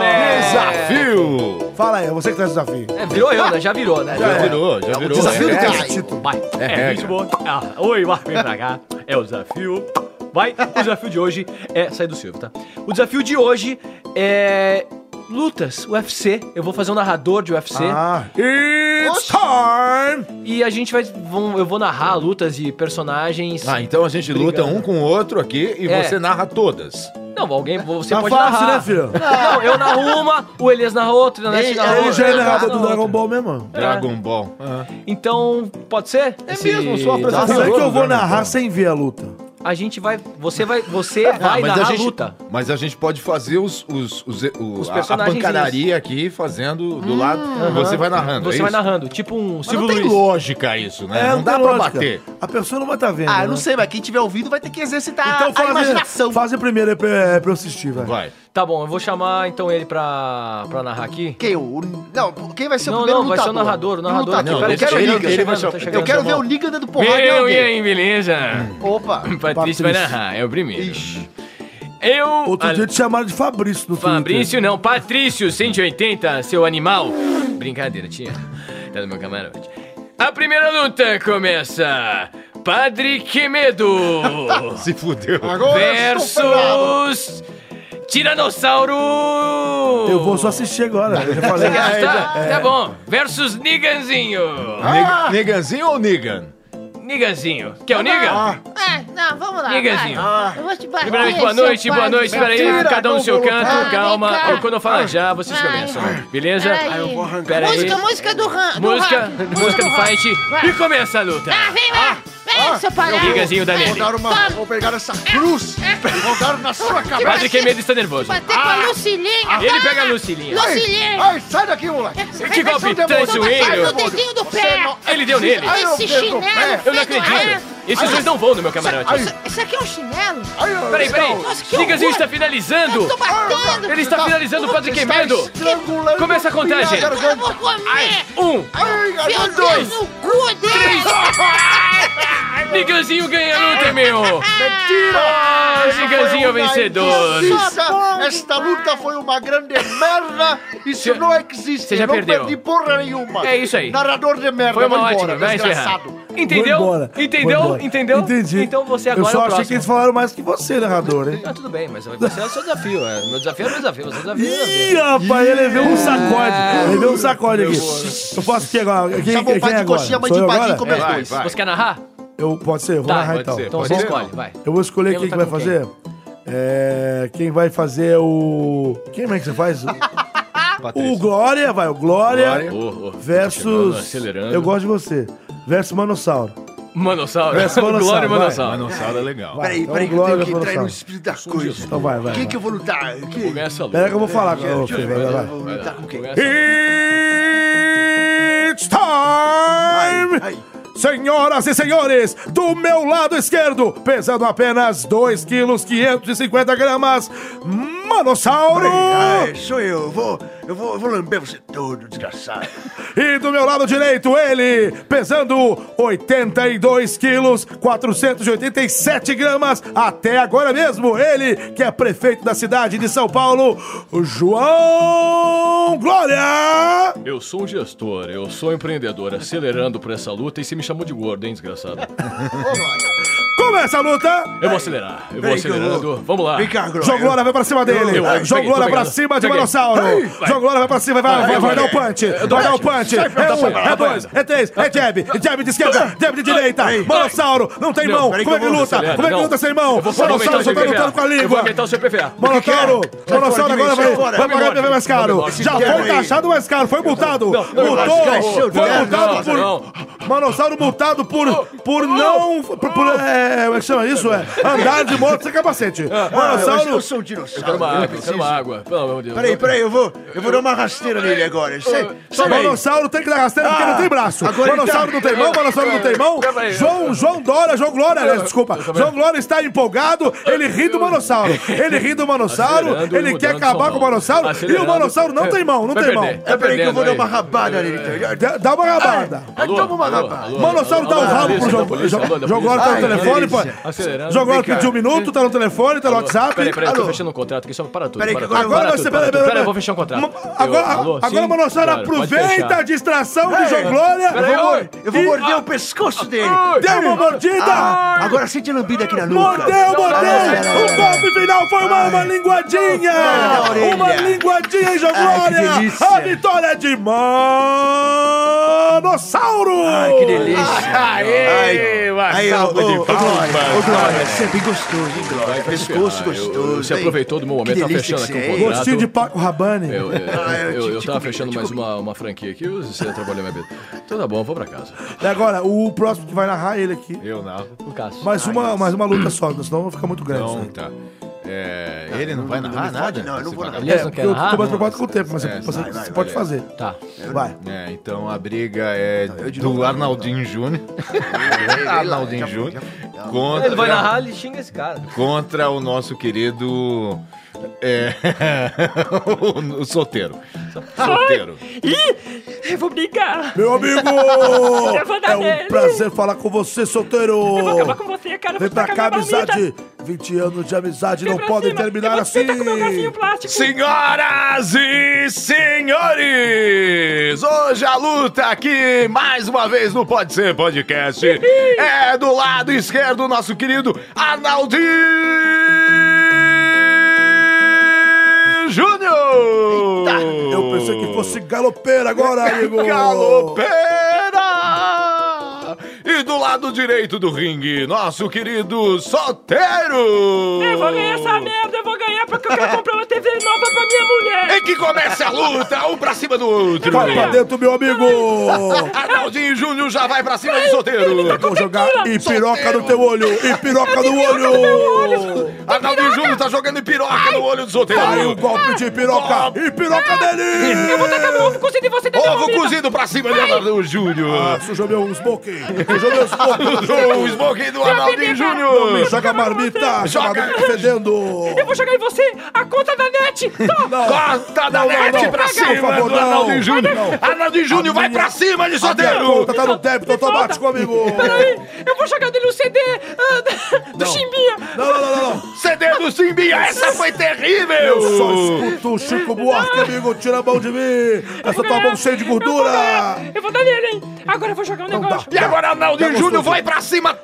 É.
Desafio!
Fala aí, é você que traz o desafio.
É, virou eu, né? Já virou, né?
é.
Já virou, já virou.
desafio
é.
do cara.
Vai.
É,
É, Lisboa. Ah, oi, Marco, vem pra cá. É o desafio. Vai, o desafio de hoje é. Sai do Silvio, tá? O desafio de hoje é. Lutas, UFC. Eu vou fazer um narrador de UFC.
Ah, it's
Oxi.
time!
E a gente vai. vão- eu vou narrar lutas de personagens.
Ah, então a gente luta um com o outro aqui e
É.
você narra todas.
Não, alguém. Você
Tá
pode
fácil,
narrar.
né, filho?
Não, eu narro uma, o Elias narra outra, né?
Ei,
narra
ele
Ele
outra,
já é
eu
narrador
narro
do
outra.
Dragon Ball, né, mano?
Dragon Ball.
Então, pode ser? É
mesmo, sou apresentador.
Como é que eu vou
Dragon Ball.
narrar sem ver a luta?
A gente vai. Você vai. Você vai
Tá, Ah, mas,
narrar
a
a
gente,
luta.
mas a gente pode fazer os, os, os, os- a- a,
personagens.
pancadaria aqui fazendo do lado. Você vai narrando.
Você
é
vai
isso?
narrando. Tipo um
Mas
Silvio
não tem
Luiz.
lógica isso, né?
É,
não,
não
dá
tem
pra
lógica.
bater.
A pessoa não vai estar vendo.
Ah, eu não
né?
sei, mas quem tiver ouvido vai ter que exercitar
Ah,
Então
a imaginação.
fazem, fazem primeiro aí pra, é, pra eu assistir, vai.
Vai.
Tá bom, eu vou chamar então ele pra, pra narrar aqui.
Quem? O, o- não, quem vai ser o
Não,
primeiro
não, vai
lutador?
ser o narrador, o
Não,
narrador.
lutador.
Não,
eu
deixa
quero
ele,
o
tá
Negan.
chegando, tá chegando.
Eu quero ver o Negan dando porrada em
Meu, e
alguém.
aí, beleza?
Opa.
Patrício vai narrar, é o primeiro. Eu.
Outro né?
Ah,
dia te chamaram de Fabrício no Twitter.
Fabrício não, Patrício 180, seu animal. Brincadeira, tinha. Tá no meu camarote. A primeira luta começa. Padre Quemedo
Se fudeu.
versus Tiranossauro.
Eu vou só assistir agora. Eu já falei.
Ah, tá, tá bom. Versus Niganzinho.
Neg- Neganzinho ou Negan?
Niganzinho. Quer o Nigan?
É, não, vamos lá.
Niganzinho.
vai. Eu vou te bater.
Primeiramente, boa
seu
noite, boa
padre.
noite. Peraí,
Mentira,
cada um no seu
não vou
canto,
lutar.
calma.
Vem cá.
Quando eu falar já, vocês
Vai.
começam. Beleza?
Peraí.
Peraí.
Música, música do Han.
Música,
do rock.
música do
rock.
fight.
Vai.
E começa a luta.
Ah, vem lá. Vem, seu palhaço.
Niganzinho da
Vou
nele.
dar uma. Vou pegar essa cruz e vou dar na sua cabeça.
Padre Quemedo está nervoso. Ah,
Bater com a Lucilinha.
Ele pega a Lucilinha.
Ai,
Lucilinha.
ai, sai daqui, moleque.
Que golpe
Olha
traiçoeiro.
o dedinho do pé.
Ele deu nele.
Ai, eu
Esse
pego o pé.
chinelo.
Eu não
feito a-
acredito. Esses dois não vão no meu camarote.
Isso- Isso aqui é um chinelo?
Ai, eu-
Peraí, peraí.
Nossa, que
Niganzinho
horror.
está
Eu
tá finalizando.
tô batendo.
Ele está finalizando o Padre Quemedo.
Estrangulando
Começa a contagem.
minha
Eu
garganta.
vou comer.
Um,
Ai,
Meu
garoto.
Deus, no cu dele.
Niganzinho ganha a luta, meu.
Mentira!
Ah, Niganzinho é o vencedor.
Essa- Esta luta foi uma grande merda. Isso
Cê-
é
não existe.
cê já
não
perdeu.
perdi porra nenhuma.
É isso aí.
Narrador de merda.
Foi uma
vai
ótima, vai encerrar.
desgraçado.
Entendeu?
Vou embora.
Entendeu?
Vou embora.
Entendeu?
Entendi.
Então você
Eu
agora é
só
o
achei
próximo.
que eles falaram mais que você, narrador, hein?
Ah, tudo bem, mas você é o seu desafio. é. Meu desafio é meu desafio, meu desafio é meu
Ih,
desafio.
rapaz, ele deu um sacode. Ele deu um sacode aqui. Eu posso aqui agora. Quem,
Chama o
quem
pai
é
de
agora?
coxinha, mãe
Sou
de
eu
padinho
agora?
comer
vai,
dois.
vai.
Você quer narrar?
Eu, pode ser, eu vou
Tá,
narrar
pode
então.
ser,
Então
Pode
você
ser?
escolhe, vai.
Eu vou escolher quem,
Quem
que vai
luta com
fazer. É, quem vai fazer é o. Quem é que você faz? o Glória, vai, o Glória,
Oh, oh, chegando,
versus.
Acelerando.
Eu gosto de você. Versus Manossauro.
né?
Manossauro.
Versus Manossauro,
Glória e
vai.
Manossauro.
Manossauro é legal.
Vai,
Peraí,
então
peraí,
o
que eu
Glória
tenho que entrar
versus
aí no
Manossauro.
espírito da coisa.
Então vai, vai.
Quem
vai.
que eu vou lutar? Quem?
Começa a luta.
Pera que eu vou falar. ô, Fê, vai, vai, vai.
Vou lutar com quem?
It's
Ai,
time!
ai.
Senhoras e senhores, do meu lado esquerdo, pesando apenas 2 quilos 550 gramas, Manossauro!
Ai, sou eu. Eu vou, eu vou, eu vou lamber você todo, desgraçado.
E do meu lado direito, ele, pesando 82 quilos, 487 gramas, até agora mesmo, ele, que é prefeito da cidade de São Paulo, João Glória!
Eu sou um gestor, eu sou um empreendedor, acelerando pra essa luta e você me chamou de gordo, hein, desgraçado?
Começa a luta!
Eu vou acelerar, eu vou
Peraí que eu
acelerando. Vamos lá.
Vem cá, Glória.
João Glória vai pra cima dele.
Eu- eu-
João
peguei,
Glória
tô
pra
pegando.
cima de
Peguei.
Manossauro.
Ai, vai.
João Glória vai pra cima, vai, vai, vai
vai,
dar o
vai.
punch.
Eu dou
Vai dar o
punch.
punch. É
Sai, tá
um,
pegando,
é
tá
dois,
pegando.
é três, é jab, jab de esquerda, jab de direita. Manossauro não tem mão.
peraí que
Como é
eu
que
vou
luta?
acelerar,
Como é que
não.
luta sem mão?
Eu vou só aumentar
Manossauro só
o seu
tá lutando com a
PVA. Eu vou
língua.
aumentar o seu PVA.
Manossauro,
Sai
Manossauro
fora de mim,
agora
sai
vai,
fora.
vai pagar
Vai
bebê mais caro.
embora.
Já
Vai
foi
embora.
taxado mais caro, foi multado.
não,
Multou,
não,
foi
não,
multado
não,
por. Manossauro multado por. Por não. Por, por, é, como é que chama isso? É, andar de moto sem capacete.
eu, eu
Manossauro.
sou um dinossauro.
Quero uma
eu
água,
preciso.
quero uma água. Pelo amor de Deus.
Peraí, peraí, eu vou, eu vou dar uma rasteira nele agora. Sai, sai daí.
Manossauro tem que dar rasteira porque
Ah,
não tem braço.
agora ele
Manossauro
tá-
não tem mão, Manossauro não tem mão.
Calma então. aí.
João, João Dória, João Glória, aliás, desculpa. João Glória está empolgado, ele ri do Manossauro. Ele ri do Manossauro,
Acelerando e
ele quer
mudando São
acabar com o
Paulo.
Manossauro e o
Acelerando. É,
Manossauro não tem mão, não
Vai
tem mão.
perder.
É, peraí que eu vou
perdendo
dar uma
aí.
rabada nele. então.
Dá dá uma rabada.
Ai, toma uma rabada.
Manossauro dá um rabo pro
polícia,
João
da polícia, alô,
Glória.
da
João Glória tá no
polícia.
telefone,
Ai,
pô.
delícia.
Acelerando.
João Glória
Vem cá.
pediu um minuto, tá no telefone, tá no WhatsApp.
Peraí, peraí, eu
Alô.
tô fechando um contrato aqui, só para tudo.
Peraí que
para
agora-
tudo,
Agora
para
você.
tudo,
Peraí,
para
peraí,
tudo. Pera,
peraí.
eu vou fechar um contrato.
Ma- Agora,
Eu- alô,
agora
sim?
Manossauro
Claro, pode
aproveita
fechar.
a distração do
Ei,
João Glória.
Eu vou,
Ai,
eu vou morder o pescoço dele.
Deu uma mordida!
Ah, agora sente a lambida aqui na nuca.
Mordeu, mordeu! O
não, não.
golpe final foi uma, uma linguadinha!
na orelha.
Uma linguadinha, João
Ai, que
Glória!
delícia.
A vitória é de Manossauro!
Ai, que delícia.
Aê, uma
Aí, ô, ô, ô,
salva de
Glória,
palmas.
ô, Glória, você é bem gostoso, hein, Glória? Pescoço gostoso,
Você
hein?
aproveitou do meu
Que
momento, tá
delícia
fechando
que você é,
aqui um
hein?
contrato.
Gostinho de Paco Rabanne.
Eu, eu,
é,
Ah, eu
eu,
te-
eu
te
tava
comi,
fechando
te
mais
comi.
uma, uma franquia aqui, você trabalhou minha vida. Então tá bom, vou pra casa.
E agora, o próximo que vai narrar é ele aqui.
Eu não.
No caso.
Mais uma, mais uma luta só, senão vai ficar muito né? grande. isso
Então tá.
aí.
É, É, ele não, vai narrar
me
nada?
fode, não, eu não
Esse
vou narrar.
É,
Aliás, não
porque
quer
eu tô
narrar?
mais preocupado com o tempo, mas
É,
você,
vai, vai,
você pode
vai.
fazer.
Tá.
Vai.
É, então a briga é
de
do
novo,
Arnaldinho Júnior. Arnaldinho Júnior. Contra,
Ele vai narrar, ele xinga esse cara.
contra o nosso querido. É, o, o solteiro. Solteiro.
Eu vou brigar.
Meu amigo!
Eu vou dar
é um
nele.
prazer falar com você, solteiro!
Eu vou acabar com você, cara. Eu
Vem
vou
pra
tacar
cá,
minha marmita.
amizade! 20 anos tá de amizade
Vem
não
pra
podem
cima.
terminar
eu vou te
assim!
sentar com meu bracinho plástico.
Senhoras e senhores, hoje a luta aqui, mais uma vez no Pode Ser Podcast,
Uhum.
é do lado esquerdo, nosso querido Arnaldinho Júnior.
Eu pensei que fosse galopeiro agora, amigo!
Galopeira! E do lado direito do ringue, nosso querido Sotero!
Eu vou ganhar essa merda, eu vou ganhar porque eu quero comprar uma TV nova pra minha mulher.
E que começa a luta, um pra cima do outro!
Vai pra dentro, meu amigo!
Arnaldinho Júnior já vai pra cima de solteiro.
Vou jogar
Tequila.
ipiroca no teu olho! Ipiroca no olho!
Arnaldinho Júnior tá jogando piroca no olho do
Aí o
solteiro.
um golpe de ipiroca! Ipiroca
Ah. Eu vou
dele!
tacar meu ovo cozido em você dentro da
Ovo
marmita.
cozido pra cima de Arnaldinho
Ah,
Júnior.
sujou meu smoking! Sujou meu
O
smoking!
smoking do Arnaldinho
Me
Júnior.
joga a marmita! Joga a
Joga.
marmita fedendo!
Eu vou jogar em você a conta da net. Tá. Só.
Corta da
Não, não,
net
não.
pra
Por
cima
favor,
do
não.
Arnaldinho Júnior.
Não.
Arnaldinho Júnior vai pra cima de
A minha
solteiro.
conta tá no débito automático, amigo!
Peraí, eu vou jogar nele o CD ah, da- do Chimbinha.
Não, tá não, não, não, não!
CD do Simbinha, essa foi
Eu só
terrível.
escuto o Chico Buarque, amigo! Tira a mão de mim! Essa tua mão cheia de
Eu vou, dar,
gordura! Então tá.
eu vou dar nele, hein? Agora eu vou jogar um
Não
negócio.
E agora Arnaldinho
Tá
Júnior
gostoso.
vai pra cima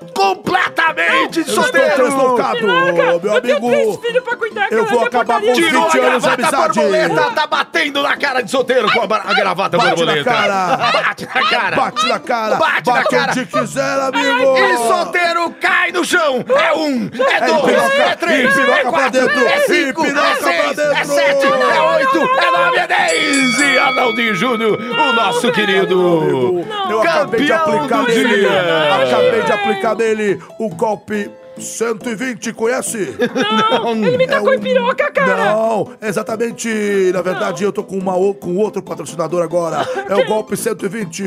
completamente de
Eu estou
solteiro.
translocado,
Larga,
meu
eu tenho três
amigo!
filhos pra cuidar,
eu
cara,
vou
essa
acabar
porcaria.
com os
Tirou a
20 anos de
gravata
amizade.
borboleta, tá batendo na cara de solteiro com a, ba- a gravata
Bate na
borboleta.
cara.
Bate na cara.
Bate na cara!
Bate na cara.
onde quiser, amigo!
E solteiro cai no chão. É um, é dois,
piroca,
é três,
e piroca
é
pra
quatro,
dentro,
é
e
cinco,
piroca
é seis,
pra
é
dentro.
sete, é oito, é nove, é dez. E Arnaldinho Júnior, o nosso querido
Eu acabei de
campeão
aplicar
do
nele!
dia.
Acabei de aplicar nele o golpe 120, conhece? É um
Não, ele
tá
me tacou em piroca, cara.
Não, exatamente. Na verdade, eu tô com, uma, o- com outro patrocinador agora. É o golpe 120.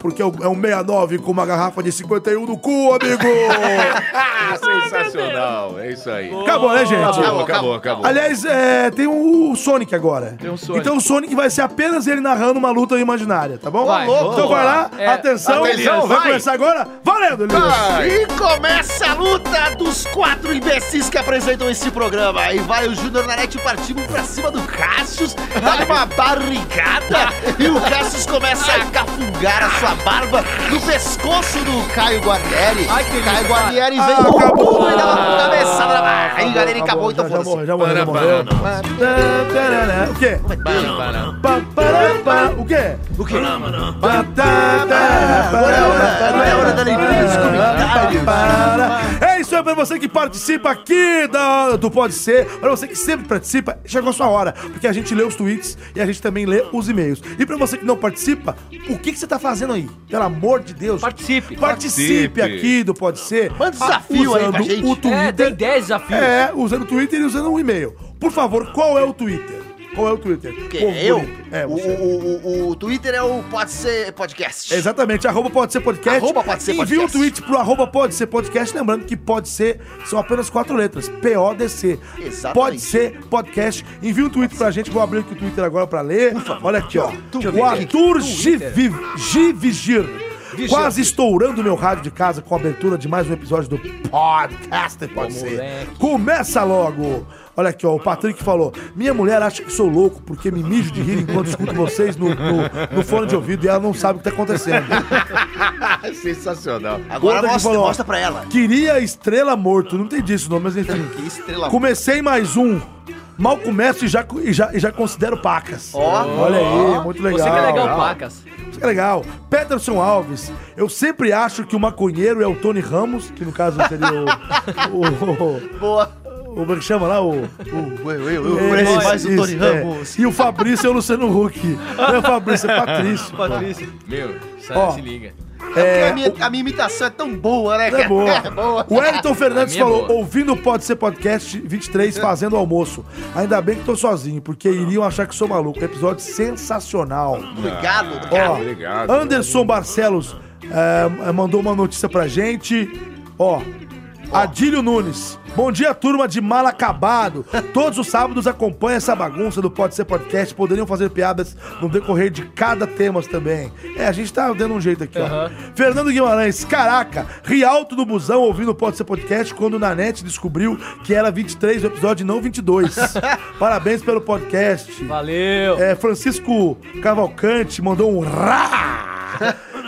Porque é um, é um 69 com uma garrafa de 51 no cu, amigo.
Ah, sensacional. É isso aí.
Acabou, né, gente?
Acabou, acabou, acabou.
Aliás, é, tem o Sonic agora. Tem um Sonic. Então o Sonic vai ser apenas ele narrando uma luta imaginária, tá bom?
Vai,
então
boa.
vai lá,
É,
atenção,
atenção,
vai
vai.
começar agora. Valendo, Elias!
E começa a luta dos quatro imbecis que apresentam esse programa. Aí vai o Júnior Nanete partindo pra cima do Cassius, dá uma barrigada e o Cassius começa a cafungar a sua barba no pescoço do Caio Guarnieri.
Ai, que
Caio
lindo,
Guarnieri vem
Ah, acabou.
com
Ah,
tudo e dá uma cabeçada na barra. Aí, galera, ele acabou, então
já, já morreu,
foda-se.
já morreu, já morreu. O quê? Pa, para, pa, o quê?
O quê?
Tá, tá, tá,
Agora é hora- agora é hora da leitura dos comentários.
É isso aí pra você que participa aqui da- do Pode Ser, pra você que sempre participa, chegou a sua hora, porque a gente lê os tweets e a gente também lê os e-mails. E pra você que não participa, o que, que você tá fazendo aí? Pelo amor de Deus.
Participe.
Participe
Participe.
aqui do Pode Ser.
Manda desafio aí pra
usando
gente.
o Twitter.
É, tem 10 desafios.
É, usando o Twitter e usando o e-mail. Por favor, qual é o Twitter? Qual é o Twitter?
O quê?
Povo
Eu?
bonito. É,
o,
você.
o, o, o Twitter é o Pode Ser
É.
Podcast.
Exatamente, arroba pode ser podcast.
Arroba pode ser
Envia um
podcast.
tweet pro arroba pode ser podcast, lembrando que pode ser são apenas quatro letras, P-O-D-C.
Exatamente.
Pode ser podcast. Envia um tweet pra gente, vou abrir aqui o Twitter agora pra ler. Olha aqui, ó. O Arthur Givi- Givigir. Quase estourando meu rádio de casa com a abertura de mais um episódio do podcast, pode ser. Começa logo! Olha aqui, ó, o Patrick falou: Minha mulher acha que sou louco porque me mijo de rir enquanto escuto vocês no, no- no fone de ouvido e ela não sabe o que tá acontecendo.
Ah, Sensacional.
é. Agora
Gorda que
mostra,
falou, ó,
mostra pra ela.
Queria estrela morto, não entendi esse nome, mas enfim.
Que estrela.
Comecei mais um. Mal começo e já, e já, e já considero pacas.
Ó.
Olha aí, muito legal.
Você que é legal, pacas.
Isso que é legal. Peterson Alves. Eu sempre acho que o maconheiro é o Tony Ramos, que no caso seria o. o, o
Boa.
o- como é que chama lá? O.
Eu, eu, eu, eu conheço
Esse,
mais o Tony
isso, é.
Ramos.
E o Fabrício é o Luciano Huck. Não é o Fabrício, é Patrício.
Patrícia.
Meu, sai,
Ó.
se liga.
É, porque a minha, a minha imitação é tão boa, né, cara?
É boa. O Wellington Fernandes
A minha é
falou,
boa. É.
ouvindo o Pode Ser Podcast 23, fazendo almoço. Ainda bem que tô sozinho, porque iriam achar que sou maluco. Episódio sensacional.
Obrigado, obrigado.
Ó,
Obrigado.
Anderson Barcelos é, mandou uma notícia pra gente. Ó, Adílio Nunes. Bom dia, turma de mal acabado. Todos os sábados acompanha essa bagunça do Pode Ser Podcast. Poderiam fazer piadas no decorrer de cada tema também. É, a gente tá dando um jeito aqui, ó. Fernando Guimarães, caraca, Rialto do Busão ouvindo o Pode Ser Podcast quando na net descobriu que era 23 o episódio e não 22. Parabéns pelo podcast.
Valeu.
É, Francisco Cavalcante mandou um rá.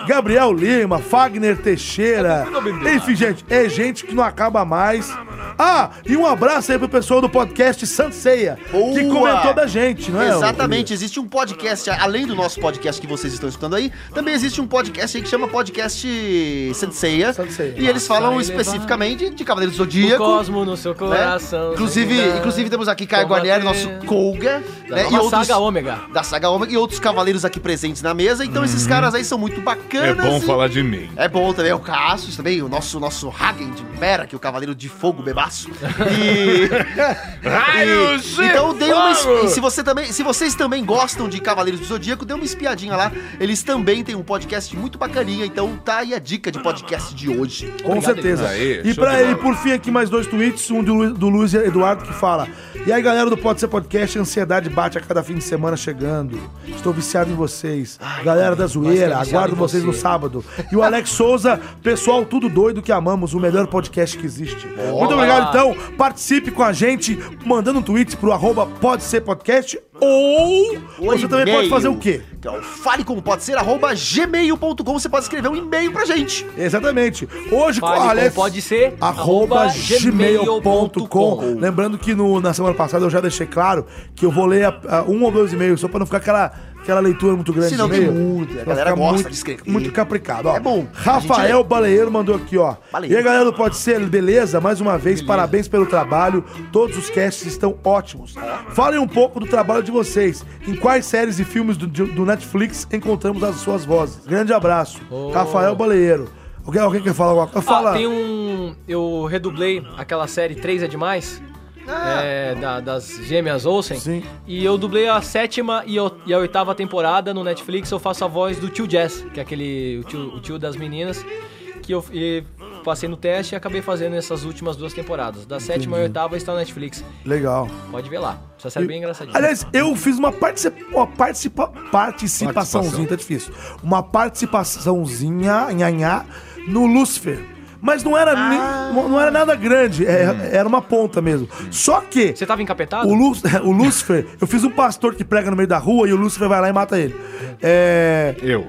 Gabriel Lima, Fagner
É
Teixeira. Enfim, gente, é gente que não acaba mais. Ah, e um abraço aí pro pessoal do podcast Sanseia,
Boa!
que comentou da gente, não é?
Exatamente, existe um podcast, além do nosso podcast que vocês estão escutando aí, também existe um podcast aí que chama Podcast Senseiya.
Senseiya.
E eles falam
Nossa,
especificamente de Cavaleiros do
O
Zodíaco.
cosmo no
É,
seu
né?
coração.
Inclusive,
sem dar-
inclusive temos aqui Caio Guarnieri, nosso
combater.
Colga, né?
Da
E
nova
outros,
saga ômega.
da saga Ômega e outros cavaleiros aqui presentes na mesa.
Uhum.
Então esses caras aí são muito
É
bacanas.
bom
e-
falar de mim.
É bom também, o Cassius também, o nosso, nosso Hagen de Mera, que é o Cavaleiro de Fogo Bebaço. E.
Raios
e-
de
Então dê uma. es-
fogo!
e Se, você também, se vocês também gostam de Cavaleiros do Zodíaco, dê uma espiadinha lá. Eles também têm um podcast muito bacaninha, então tá aí a dica de podcast de hoje.
Com certeza.
Aí,
e
show
pra
de
ele,
bola.
por fim, aqui mais dois tweets, um do, Lu- do Luiz Eduardo que fala. E aí, galera do Pode Ser Podcast, a ansiedade bate a cada fim de semana chegando. Estou viciado em vocês. galera da zoeira,
viciado
aguardo
em
vocês
você.
no sábado. E o Alex Souza, pessoal, tudo doido que amamos, o melhor podcast que existe. Muito obrigado, então. Participe com a gente, mandando um tweet pro arroba Pode Ser Podcast ou você
O
também pode
e-mail,
fazer o quê?
Que é o fale como pode ser, arroba gmail.com. Você pode escrever um e-mail pra gente.
Exatamente. Hoje com
Fale
o
como
Alex.
pode ser,
arroba
arroba
gmail.com.
gmail.com.
Lembrando que no- na semana passada eu já deixei claro que eu vou ler a- a um ou dois e-mails, só pra não ficar aquela, aquela leitura muito grande
Senão
de e-mail.
tem muito, a
Pra
galera
ficar
gosta
muito,
de escrever.
Muito capricado, ó.
É bom, a gente
Rafael Baleiro mandou aqui, ó.
Baleiro.
E aí, galera do Pode Ser, beleza? Mais uma vez, parabéns pelo trabalho. Todos os casts estão ótimos. Falem um pouco do trabalho de vocês. Em quais séries e filmes do, do Netflix encontramos as suas vozes? Grande abraço. Rafael Baleiro. Alguém, alguém quer falar alguma coisa?
Ah,
Fala.
tem um. Eu redublei aquela série 3 é demais. é, da- das gêmeas Olsen.
Ah. Sim.
E eu dublei a sétima e, o- e a oitava temporada no Netflix. Eu faço a voz do tio Jazz, que é aquele. O tio, o tio das meninas. Que eu e passei no teste e acabei fazendo essas últimas duas temporadas. Da sétima e oitava está no Netflix.
Legal.
Pode ver lá. Essa série é bem engraçadinha.
Aliás, eu fiz uma, participa uma participa participaçãozinha, tá difícil. Uma participaçãozinha nhanhá, no Lucifer. Mas não era, nem- não era nada grande, é- era uma ponta mesmo. Só que
Você tava encapetado?
o, Lu- o Lucifer, eu fiz um pastor que prega no meio da rua e o Lucifer vai lá e mata ele. É,
Eu.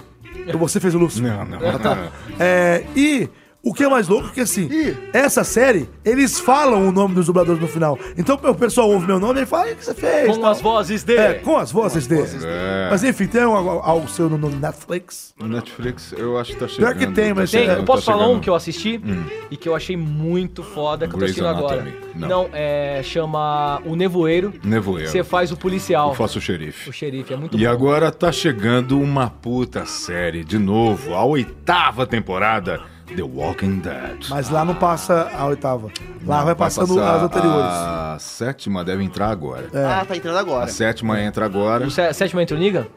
você fez o Lucifer?
Não, não. não, não.
É, e o que é mais louco é que assim,
Ih.
essa série, eles falam o nome dos dubladores no final. Então o pessoal ouve meu nome e fala, "Ah, o que você fez?
Com
Tal.
as vozes dele.
É, com as vozes dele.
É.
Mas enfim, tem um, ao, ao seu no, no Netflix.
No Netflix, eu acho que tá chegando.
que tem, mas
tá
Tem,
É,
eu
chegando,
posso
tá
falar
chegando. Hum.
um que eu assisti e que eu achei muito foda, que eu tô
Grey's
assistindo agora.
Anatomy. Não.
Não, é. Chama O Nevoeiro.
Nevoeiro.
Você faz o policial.
Eu faço o xerife.
O xerife, é muito
E
bom.
agora tá chegando uma puta série de novo, a oitava temporada, The Walking Dead.
Mas lá não passa a oitava. Lá vai passando
passar Ah.
as anteriores. É.
A sétima deve entrar agora.
Ah, tá entrando
A
agora.
sétima entra agora.
O sé- sétimo entra o Negan?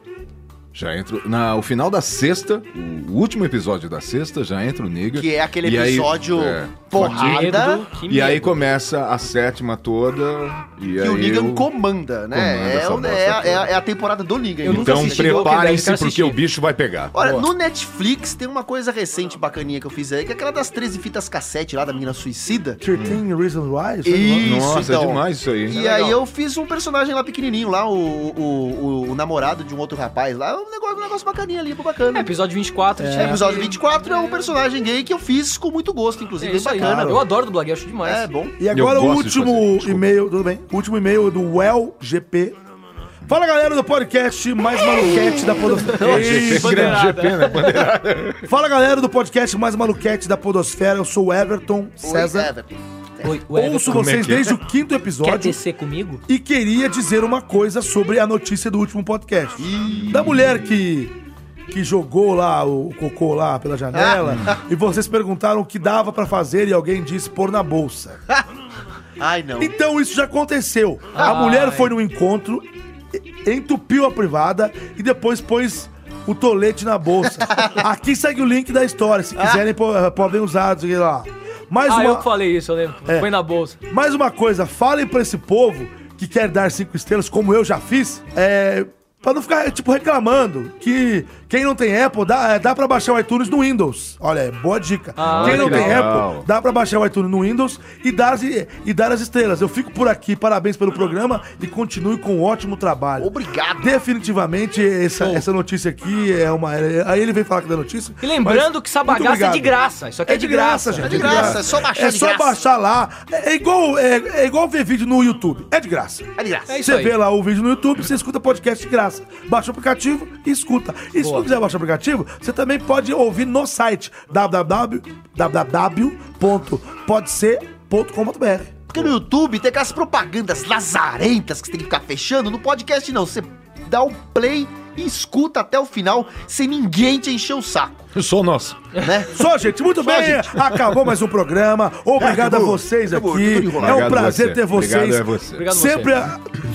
Já entra. Na, o final da sexta, o último episódio da sexta, já entra o Nigga.
Que é aquele
E aí,
episódio
é,
porrada
Medo, que
E aí
medo.
começa a sétima toda. E,
que
aí
o Negan
eu-
comanda, né?
comanda essa
é, o-
bosta
é, a-
toda.
é a- é a temporada do Negan.
Eu nunca
Então
assisti The Walking Dead,
preparem-se
quero
porque
assistir.
o bicho vai pegar.
Olha,
Boa.
no Netflix tem uma coisa recente bacaninha que eu fiz aí, que é aquela das 13 fitas cassete lá da menina suicida.
13
Hum.
Reasons Why? sei lá.
Isso,
Nossa,
então.
é demais isso aí.
E aí eu fiz um personagem lá pequenininho, lá, o, o, o- o namorado de um outro rapaz lá, um negócio, um negócio bacaninha ali,
É,
bacana.
episódio 24.
É,
tinha
episódio
que-
24 é um personagem gay que eu fiz com muito gosto, inclusive,
É
bem
isso aí,
bacana.
Eu adoro dublagem, acho demais.
É bom.
E agora
Eu
o
gosto de fazer,
último
desculpa.
e-mail, tudo bem? O último e-mail é do Well GP. Fala galera do podcast mais maluquete da Podosfera. Ih,
Grande GP, né?
Fala galera do podcast mais maluquete da Podosfera. Eu sou o Everton César.
Oi, Everton.
Oi, o Everton,
Ouço vocês
que é?
desde o quinto
quer
episódio.
descer comigo?
E queria dizer uma coisa sobre a notícia do último podcast. Da mulher que que jogou lá o cocô lá pela janela
Ah.
e vocês perguntaram o que dava pra fazer e alguém disse pôr na bolsa.
Ai, não.
Então isso já aconteceu. A mulher foi no encontro, e- entupiu a privada e depois pôs o tolete na bolsa. Aqui segue o link da história, se quiserem po- eh, podem usar, sei lá. Mais
Ah,
uma...
eu que falei isso, eu lembro.
É.
Foi na bolsa.
Mais uma coisa, falem pra esse povo que quer dar cinco estrelas, como eu já fiz, é. Pra não ficar, tipo, reclamando que quem não tem Apple, dá, é, dá pra baixar o iTunes no Windows. Olha, é boa dica.
Ah,
quem
olha
não
que
tem
legal.
Apple, dá pra baixar o iTunes no Windows e dar, as, e dar as estrelas. Eu fico por aqui, parabéns pelo programa e continue com um ótimo trabalho.
Obrigado.
Definitivamente, essa, essa notícia aqui é uma... Aí ele vem falar que da notícia.
E lembrando que essa
muito
bagaça é de
obrigado.
graça. Isso aqui é, de graça,
É de graça, é só baixar
É
de
só
graça.
baixar lá. É é igual, é, é igual ver vídeo no YouTube. É de graça.
É de graça.
É isso
Você
aí.
vê lá o vídeo no YouTube, você escuta podcast de graça. Baixa o aplicativo e escuta. E se não quiser baixar o aplicativo, você também pode ouvir no site www, www.podc.com.br.
Porque no YouTube tem aquelas propagandas lazarentas que você tem que ficar fechando. No podcast não, você dá o play e escuta até o final sem ninguém te encher o saco,
Eu sou nosso.
É
né?
Só, gente, muito
Só,
bem.
gente. É,
Acabou mais um programa. Obrigado a
acabou.
vocês
Acabou,
aqui.
tudo enrolado.
É um
Obrigado
prazer
você.
ter vocês.
Obrigado é você.
Obrigado você.
sempre,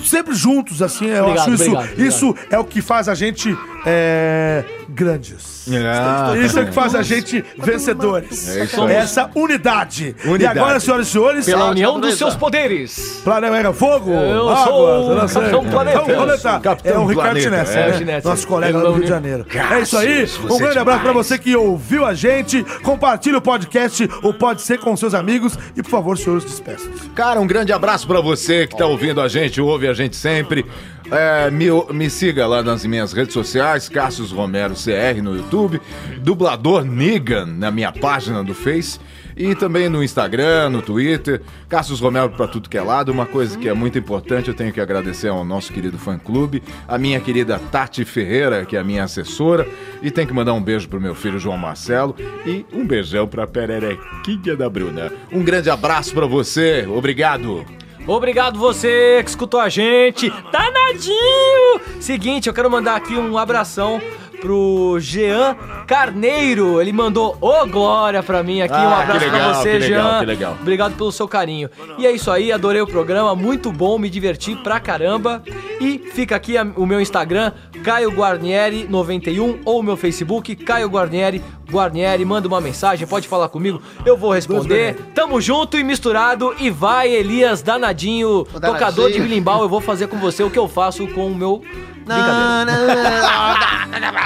sempre juntos, assim. Eu
Obrigado,
acho isso,
obrigado, obrigado.
isso é o que faz a gente é, grandes.
Ah,
isso é o
tá bem.
que faz a gente vencedores.
É isso aí.
Essa unidade. E
Unidade.
agora, senhoras e senhores,
Pela união
Beleza.
dos seus poderes.
Planeta Fogo,
Eu
água,
sou o
eu não sei.
Capitão Planeta.
Capitão Planeta.
Capitão
é o Ricardo
Planeta,
Chinessa,
é.
né?
Chinessa.
nosso colega lá do
Pela
Rio de
União.
Janeiro.
Cassius,
é isso aí. Um
você
grande
é
abraço pra
demais.
você que ouviu a gente. Compartilhe o podcast, o Pode Ser com seus amigos. E, por favor, senhores, despeçam.
Cara, um grande abraço pra você que tá ouvindo a gente, ouve a gente sempre. É, me, me siga lá nas minhas redes sociais, Cassius Romero CR no YouTube, dublador Nigan na minha página do Face e também no Instagram, no Twitter, Cassius Romero pra tudo que é lado. Uma coisa que é muito importante, eu tenho que agradecer ao nosso querido fã-clube, a minha querida Tati Ferreira, que é a minha assessora, e tem que mandar um beijo pro meu filho João Marcelo e um beijão pra pererequinha da Bruna. Um grande abraço pra você, obrigado.
Obrigado você que escutou a gente. Danadinho! Seguinte, eu quero mandar aqui um abração pro Jean Carneiro. Ele mandou ô glória pra mim aqui. um
Ah,
abraço
que
pra
legal,
você,
que legal,
Jean.
que legal.
Obrigado pelo seu carinho. E é isso aí, adorei o programa, muito bom, me diverti pra caramba. E fica aqui a- o meu Instagram, Caio Guarnieri91, ou o meu Facebook, Caio Guarnieri. Guarnieri, manda uma mensagem, pode falar comigo, eu vou responder. Tamo junto e misturado. E vai, Elias Danadinho,
danadinho.
tocador de bilimbal, eu vou fazer com você o que eu faço com o meu. Brincadeira.
Não, não, não.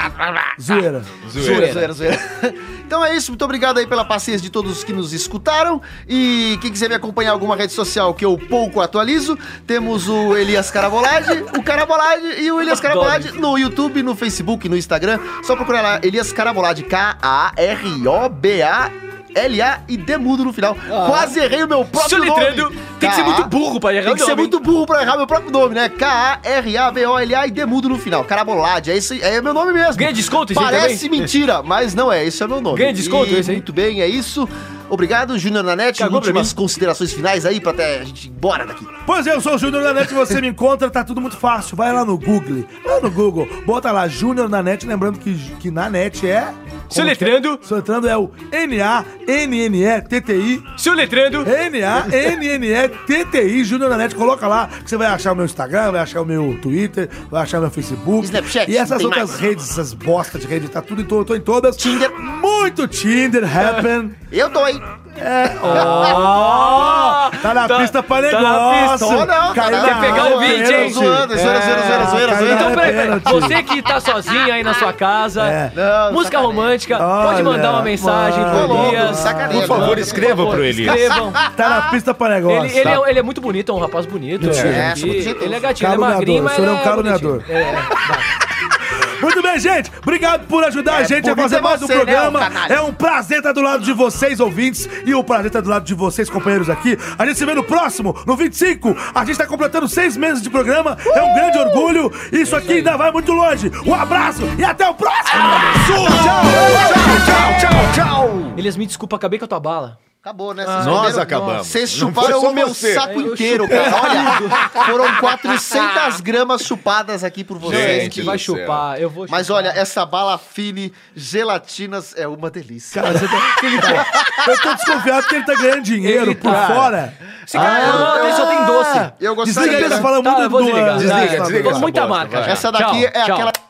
Zoeira.
Zoeira, zoeira, zoeira. Então é isso, muito obrigado aí pela paciência de todos que nos escutaram. E quem quiser me acompanhar em alguma rede social que eu pouco atualizo, temos o Elias Carabolade, o Carabolade e o Elias Carabolade no YouTube, no Facebook, no Instagram. Só procurar lá Elias Carabolade, K-A-R-O-B-A. L-A e demudo no final. Quase errei o meu próprio
Soletrando,
nome. Tá.
tem que ser
K-A-
muito burro pra então, errar
Tem
o
que ser
nome,
muito burro pra errar meu próprio nome, né? K-A-R-A-B-O-L-A e demudo no final. Carabolade, é, isso, aí, é meu nome mesmo.
Ganha desconto, gente,
Parece mentira, mas não é. Esse é meu nome.
Ganha desconto,
E
esse aí.
Muito bem, é isso. Obrigado, Júnior Nanete.
Cagou pra
Últimas considerações finais aí pra até a gente ir embora daqui.
Pois é, eu sou o Júnior da NET, você me encontra, tá tudo muito fácil. Vai lá no Google, lá no Google, bota lá Júnior na NET, lembrando que, que na NET é...
Soletrando.
Soletrando é o N-A-N-N-E-T-T-I...
Soletrando.
N-A-N-N-E-T-T-I, Júnior na net, coloca lá que você vai achar o meu Instagram, vai achar o meu Twitter, vai achar o meu Facebook.
Snapchat,
E essas
tem
outras
mais.
redes, essas bostas de rede, tá tudo em todo, eu tô em todas.
Tinder.
Muito Tinder, Happen.
Eu tô aí.
Ó,
Tá na
Tá-
pista pra
tá
negócio.
na pista.
Ó,
Caiu
não, tá
na
na-
pegar
área,
o vídeo, hein?
pênalti.
Zoando, zoeira, zoeira, zoeira, zoeira,
caiu na
zoeira.
Então,
área,
peraí, peraí.
pênalti.
Você que tá sozinho aí na sua casa,
Não,
música
sacanagem.
romântica, pode
Olha,
mandar uma mensagem
Ô,
pro
louco,
Elias.
sacaneia,
Por favor,
mano.
escreva pro Elias.
Escrevam.
Tá na pista pra negócio.
Ele, ele, é, ele é muito bonito, é um rapaz bonito.
É, sou muito
ele,
jeitoso.
ele é gatinho, ele é
Caluniador,
magrinho, mas
o senhor
ele
é um caluniador.
bonitinho. É.
Muito bem, gente. Obrigado por ajudar a gente a
bonito
fazer
é
mais um
você, né, ô
programa.
canalha?
é um prazer estar do lado de vocês, ouvintes, e o prazer estar do lado de vocês, companheiros aqui. A gente se vê no próximo, no 25. A gente está completando seis meses de programa. É um grande orgulho. Isso aqui ainda vai muito longe. Um abraço e até o próximo. Tchau, tchau, tchau, tchau.
é. Elias, me desculpa, acabei com a tua bala.
Acabou, né?
Ah, Nós
comeram-
acabamos.
Vocês
Não foi
chuparam
só
o meu
você.
saco inteiro, cara. Olha, foram 400 gramas chupadas aqui por vocês.
Gente,
que-
vai
Vai
céu.
chupar, eu vou
Mas
chupar.
olha, essa bala fine, gelatinas, é uma delícia.
tá- Eu tô desconfiado que ele tá ganhando dinheiro por fora.
Esse cara é louco, ele só tem doce.
eu
Desliga
gostaria...
ele, tá falando
Tá,
muito
eu vou
do
desligar.
ano.
Desliga,
Tá,
desliga
tá.
essa
Muita
bosta,
marca.
vai.
já.
Essa daqui
Tchau,
é
tchau.
aquela